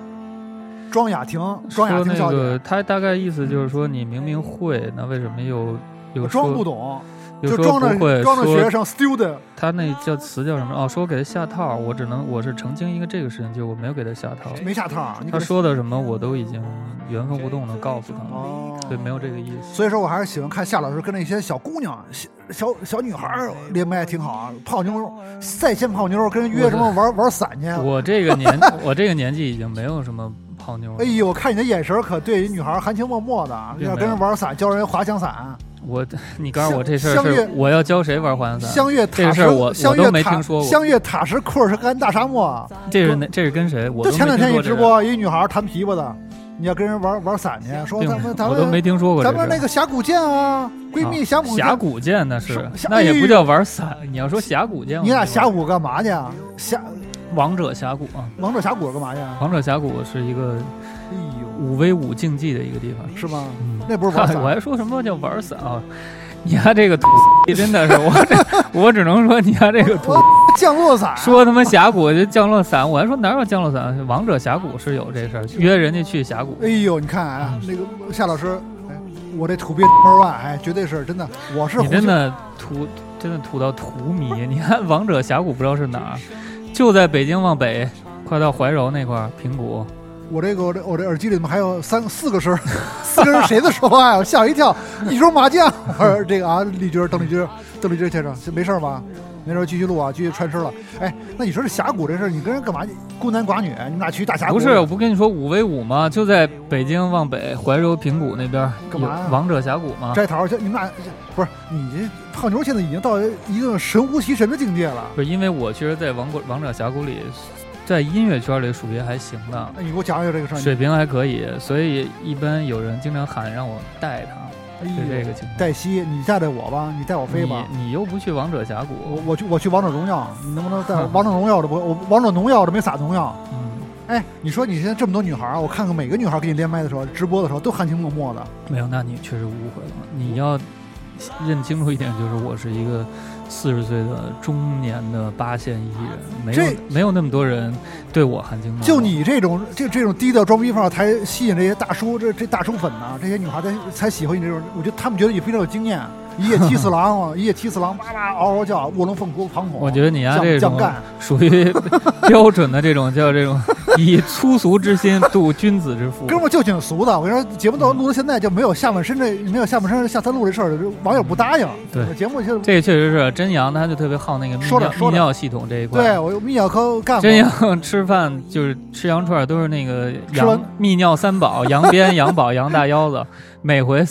[SPEAKER 2] 庄雅婷，
[SPEAKER 3] 说
[SPEAKER 2] 庄雅婷
[SPEAKER 3] 那
[SPEAKER 2] 小
[SPEAKER 3] 个
[SPEAKER 2] 姐，
[SPEAKER 3] 他大概意思就是说你明明会，那为什么又又
[SPEAKER 2] 我装不
[SPEAKER 3] 说
[SPEAKER 2] 懂，
[SPEAKER 3] 又
[SPEAKER 2] 就
[SPEAKER 3] 说
[SPEAKER 2] 装
[SPEAKER 3] 不会
[SPEAKER 2] 着装着学
[SPEAKER 3] 说
[SPEAKER 2] 生 student，
[SPEAKER 3] 他那叫词叫什么？哦，说我给他下套，我只能我是澄清一个这个事情，就是我没有给他下套。
[SPEAKER 2] 没下套，你给
[SPEAKER 3] 哦他说的什么我都已经原封不动的告诉他了，
[SPEAKER 2] 哦，
[SPEAKER 3] 对，没有这个意思。
[SPEAKER 2] 所以说我还是喜欢看夏老师跟那些小姑娘、小小小女孩儿连麦挺好啊，泡妞儿，在线泡妞儿，跟人约什么玩玩伞去。
[SPEAKER 3] 我这个
[SPEAKER 2] [laughs]
[SPEAKER 3] 年我这个年纪已经没有什么泡妞
[SPEAKER 2] 哎
[SPEAKER 3] 了，
[SPEAKER 2] 呦，我看你的眼神儿可对人女孩儿含情脉脉的啊，
[SPEAKER 3] 并没有
[SPEAKER 2] 要跟人玩伞，教人滑翔伞，
[SPEAKER 3] 我你告诉我这事儿
[SPEAKER 2] 相
[SPEAKER 3] 是
[SPEAKER 2] 约
[SPEAKER 3] 我要教谁玩环伞？
[SPEAKER 2] 相约
[SPEAKER 3] 这
[SPEAKER 2] 塔
[SPEAKER 3] 个事
[SPEAKER 2] 什，
[SPEAKER 3] 儿我我
[SPEAKER 2] 相
[SPEAKER 3] 都
[SPEAKER 2] 约
[SPEAKER 3] 没
[SPEAKER 2] 塔
[SPEAKER 3] 听说过
[SPEAKER 2] 相约塔什库尔什干大沙漠。
[SPEAKER 3] 这是哪这是跟谁？我
[SPEAKER 2] 就
[SPEAKER 3] 都
[SPEAKER 2] 前两
[SPEAKER 3] 没
[SPEAKER 2] 天
[SPEAKER 3] 听说
[SPEAKER 2] 一
[SPEAKER 3] 这
[SPEAKER 2] 直
[SPEAKER 3] 事儿，
[SPEAKER 2] 播，一女孩儿弹琵琶的，你要跟人玩玩伞去，说
[SPEAKER 3] 并
[SPEAKER 2] 咱
[SPEAKER 3] 没
[SPEAKER 2] 们咱
[SPEAKER 3] 我都没
[SPEAKER 2] 们
[SPEAKER 3] 听说过这
[SPEAKER 2] 咱
[SPEAKER 3] 事儿。
[SPEAKER 2] 们那个峡谷见啊，闺蜜
[SPEAKER 3] 啊
[SPEAKER 2] 峡谷见
[SPEAKER 3] 峡谷见那是
[SPEAKER 2] 是，
[SPEAKER 3] 那也
[SPEAKER 2] 哎
[SPEAKER 3] 不
[SPEAKER 2] 呦
[SPEAKER 3] 叫玩伞。你要说峡谷见，
[SPEAKER 2] 你俩
[SPEAKER 3] 我就玩
[SPEAKER 2] 峡谷干嘛去啊？峡
[SPEAKER 3] 王者峡谷啊，
[SPEAKER 2] 王者峡谷干嘛去啊？
[SPEAKER 3] 王者峡谷是一个
[SPEAKER 2] 哎呦，
[SPEAKER 3] 五 v 五竞技的一个地方。
[SPEAKER 2] 是吗？
[SPEAKER 3] 嗯，
[SPEAKER 2] 那不是玩
[SPEAKER 3] [laughs]
[SPEAKER 2] 伞啊
[SPEAKER 3] 我还说什么叫玩伞啊？你家这个土真的是我 [laughs] 这，我只能说你家这个土
[SPEAKER 2] 我降落伞，啊
[SPEAKER 3] 说他妈峡谷就降落伞，我还说哪有降落伞？王者峡谷是有这事儿，约人家去峡谷。
[SPEAKER 2] 哎呦，你看啊，那个夏老师，哎，我这土鳖 number one，哎，绝对是真的，我是
[SPEAKER 3] 你
[SPEAKER 2] 胡
[SPEAKER 3] 真
[SPEAKER 2] 须，
[SPEAKER 3] 的土，真的土到荼蘼。 [laughs] 你看王者峡谷不知道是哪儿，就在北京往北，快到怀柔那块儿，平谷。
[SPEAKER 2] 我这个我这我这耳机里面还有三四个声儿， [laughs] 四个人谁在说话呀？我吓我一跳，一桌麻将， [laughs] 我说这个啊，李军、邓丽君、邓丽君先生，没事儿吧？没事儿，继续录啊，继续穿身了。哎，那你说这峡谷这事儿，你跟人干嘛去？孤男寡女，你们俩去大峡谷？
[SPEAKER 3] 不是，我不跟你说五 v 五吗？就在北京往北，怀柔平谷那边有
[SPEAKER 2] 干嘛啊呀
[SPEAKER 3] 王者峡谷吗？
[SPEAKER 2] 摘桃去，你们俩不是你这泡妞现在已经到一个神乎其神的境界了。
[SPEAKER 3] 不是，因为我其实，在王国王者峡谷里，在音乐圈里属于还行的，
[SPEAKER 2] 哎，你给我讲讲这个事儿。
[SPEAKER 3] 水平还可以，所以一般有人经常喊让我带他，
[SPEAKER 2] 哎
[SPEAKER 3] 是这
[SPEAKER 2] 呦
[SPEAKER 3] 个情况。
[SPEAKER 2] 黛西，你带带我吧，你带我飞吧。
[SPEAKER 3] 你你又不去王者峡谷
[SPEAKER 2] 我，我去我去王者荣耀，你能不能在
[SPEAKER 3] [laughs]
[SPEAKER 2] 王者荣耀的不？我王者荣耀的没撒农药。
[SPEAKER 3] 嗯，
[SPEAKER 2] 哎，你说你现在这么多女孩儿，我看看每个女孩儿跟你连麦的时候，直播的时候都含情脉脉的。
[SPEAKER 3] 没有，那你确实误会了。你要认清楚一点，就是我是一个四十岁的中年的八线艺人，没有没有那么多人对我含情脉脉。
[SPEAKER 2] 就你这种这这种低调装逼范儿，才吸引这些大叔，这这大叔粉呐、这些女孩才才喜欢你这种。我觉得他们觉得你非常有经验，一夜七次郎啊，一夜七次郎，哇哇嗷嗷叫，卧龙凤雏庞统。
[SPEAKER 3] 我觉得你家、
[SPEAKER 2] 酱
[SPEAKER 3] 这
[SPEAKER 2] 酱
[SPEAKER 3] 种
[SPEAKER 2] 啊
[SPEAKER 3] 啊
[SPEAKER 2] 干，
[SPEAKER 3] 属于标准的这种叫这种 [laughs] 以粗俗之心度君子之腹。
[SPEAKER 2] 哥们儿就挺俗的，我跟你说，节目到录到现在就没有下半身这没有下半身下三路这事儿了，这网友不答应。
[SPEAKER 3] 对
[SPEAKER 2] 我节目就
[SPEAKER 3] 这确实是真阳，他就特别好那个泌
[SPEAKER 2] 说点
[SPEAKER 3] 尿
[SPEAKER 2] 说
[SPEAKER 3] 泌
[SPEAKER 2] 点
[SPEAKER 3] 尿系统这一块。
[SPEAKER 2] 对啊我密小科干过
[SPEAKER 3] 真。阳吃饭就是吃羊串儿都是那个
[SPEAKER 2] 吃
[SPEAKER 3] 羊
[SPEAKER 2] 完
[SPEAKER 3] 泌尿三宝：羊鞭、羊宝、羊大腰子。 [laughs] 每回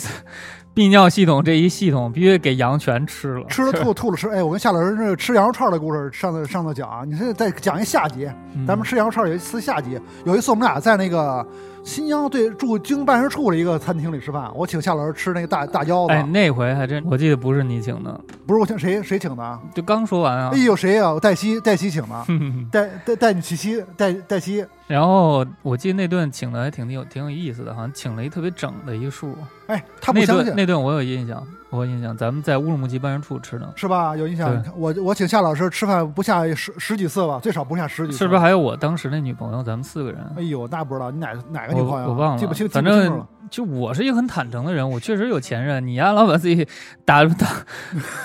[SPEAKER 3] 泌尿系统这一系统必须给羊全吃了。
[SPEAKER 2] 吃了吐，吐了吃。哎，我跟夏老师这吃羊肉串的故事上次上次讲啊，你现在再讲一下集，
[SPEAKER 3] 嗯
[SPEAKER 2] 咱们吃羊肉串有一次下集，有一次我们俩在那个新疆对驻京办事处的一个餐厅里吃饭，我请夏老师吃那个大大腰子，啊
[SPEAKER 3] 哎，那回还真，我记得不是你请的，
[SPEAKER 2] 不是我请谁谁请的啊？
[SPEAKER 3] 就刚说完啊
[SPEAKER 2] 哎。呦谁呀、我黛西黛西请的，带带带你去西带带西，
[SPEAKER 3] [laughs] 然后我记得那顿请的还挺有挺有意思的，好像请了一特别整的一数。
[SPEAKER 2] 哎，他不
[SPEAKER 3] 那
[SPEAKER 2] 相信
[SPEAKER 3] 顿。那顿我有印象，我有印象，咱们在乌鲁木齐办事处吃的，
[SPEAKER 2] 是吧？有印象
[SPEAKER 3] 对。
[SPEAKER 2] 你看我我请夏老师吃饭不下十十几次吧，最少不下十几次。
[SPEAKER 3] 是不是？还有我当时那女朋友？咱们四个人。
[SPEAKER 2] 哎呦，那不知道你哪哪个
[SPEAKER 3] 我
[SPEAKER 2] 女朋友，啊
[SPEAKER 3] 我忘了
[SPEAKER 2] 记不清，记
[SPEAKER 3] 反
[SPEAKER 2] 不清楚
[SPEAKER 3] 正
[SPEAKER 2] 了。
[SPEAKER 3] 就我是一个很坦诚的人，我确实有前任。你丫老把自己打打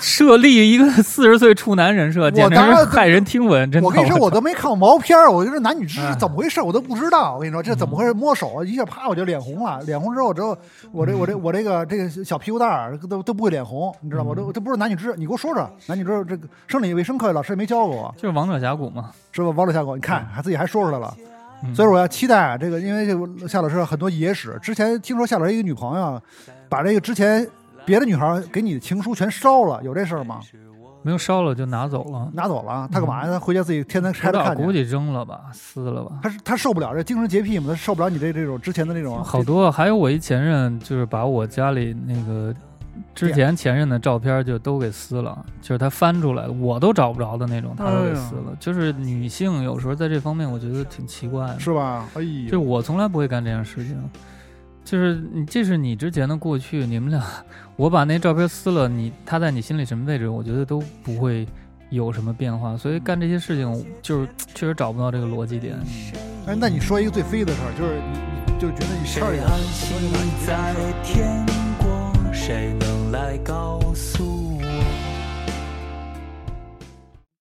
[SPEAKER 3] 设立一个四十岁处男人设，简直
[SPEAKER 2] 当
[SPEAKER 3] 是
[SPEAKER 2] 然
[SPEAKER 3] 骇人听闻。真的，
[SPEAKER 2] 我跟你说，我都没看过毛片儿，我就说男女之
[SPEAKER 3] 哎
[SPEAKER 2] 是怎么回事，我都不知道。我跟你说，这
[SPEAKER 3] 嗯
[SPEAKER 2] 怎么回事？摸手一下，啪，我就脸红了。脸红之后，之后我这我
[SPEAKER 3] 嗯
[SPEAKER 2] 这我这个这个小屁股蛋儿都都不会脸红，你知道吗？我
[SPEAKER 3] 嗯
[SPEAKER 2] 都我都不是男女之，你给我说说，男女之这个生理卫生课老师也没教过我，
[SPEAKER 3] 就是王者峡谷嘛。
[SPEAKER 2] 是吧？王者峡谷，你看还自己还说出来了。
[SPEAKER 3] 嗯
[SPEAKER 2] 所以我要期待啊，这个，因为这个夏老师很多野史，之前听说夏老师一个女朋友把这个之前别的女孩给你的情书全烧了，有这事儿吗？
[SPEAKER 3] 没有烧了就拿走了，
[SPEAKER 2] 拿走了，啊她干嘛呀？她回家自己天天
[SPEAKER 3] 不
[SPEAKER 2] 拆
[SPEAKER 3] 知
[SPEAKER 2] 着
[SPEAKER 3] 道
[SPEAKER 2] 看
[SPEAKER 3] 估
[SPEAKER 2] 去。
[SPEAKER 3] 计扔了吧，撕了吧。
[SPEAKER 2] 她是她受不了这精神洁癖嘛，她受不了你这这种之前的那种啊
[SPEAKER 3] 好多，还有我一前任，就是把我家里那个之前前任的照片就都给撕了，就是他翻出来我都找不着的那种，他都给撕了。就是女性有时候在这方面，我觉得挺奇怪的。
[SPEAKER 2] 是吧？
[SPEAKER 3] 就
[SPEAKER 2] 哎
[SPEAKER 3] 是
[SPEAKER 2] 呦，
[SPEAKER 3] 我从来不会干这样的事情，就是你，这是你之前的过去，你们俩，我把那照片撕了，你他在你心里什么位置，我觉得都不会有什么变化，所以干这些事情就是确实找不到这个逻辑点。
[SPEAKER 2] 哎，那你说一个最飞的事儿，就是你你就觉得你事儿也
[SPEAKER 1] 谁安息在天国？谁能来告诉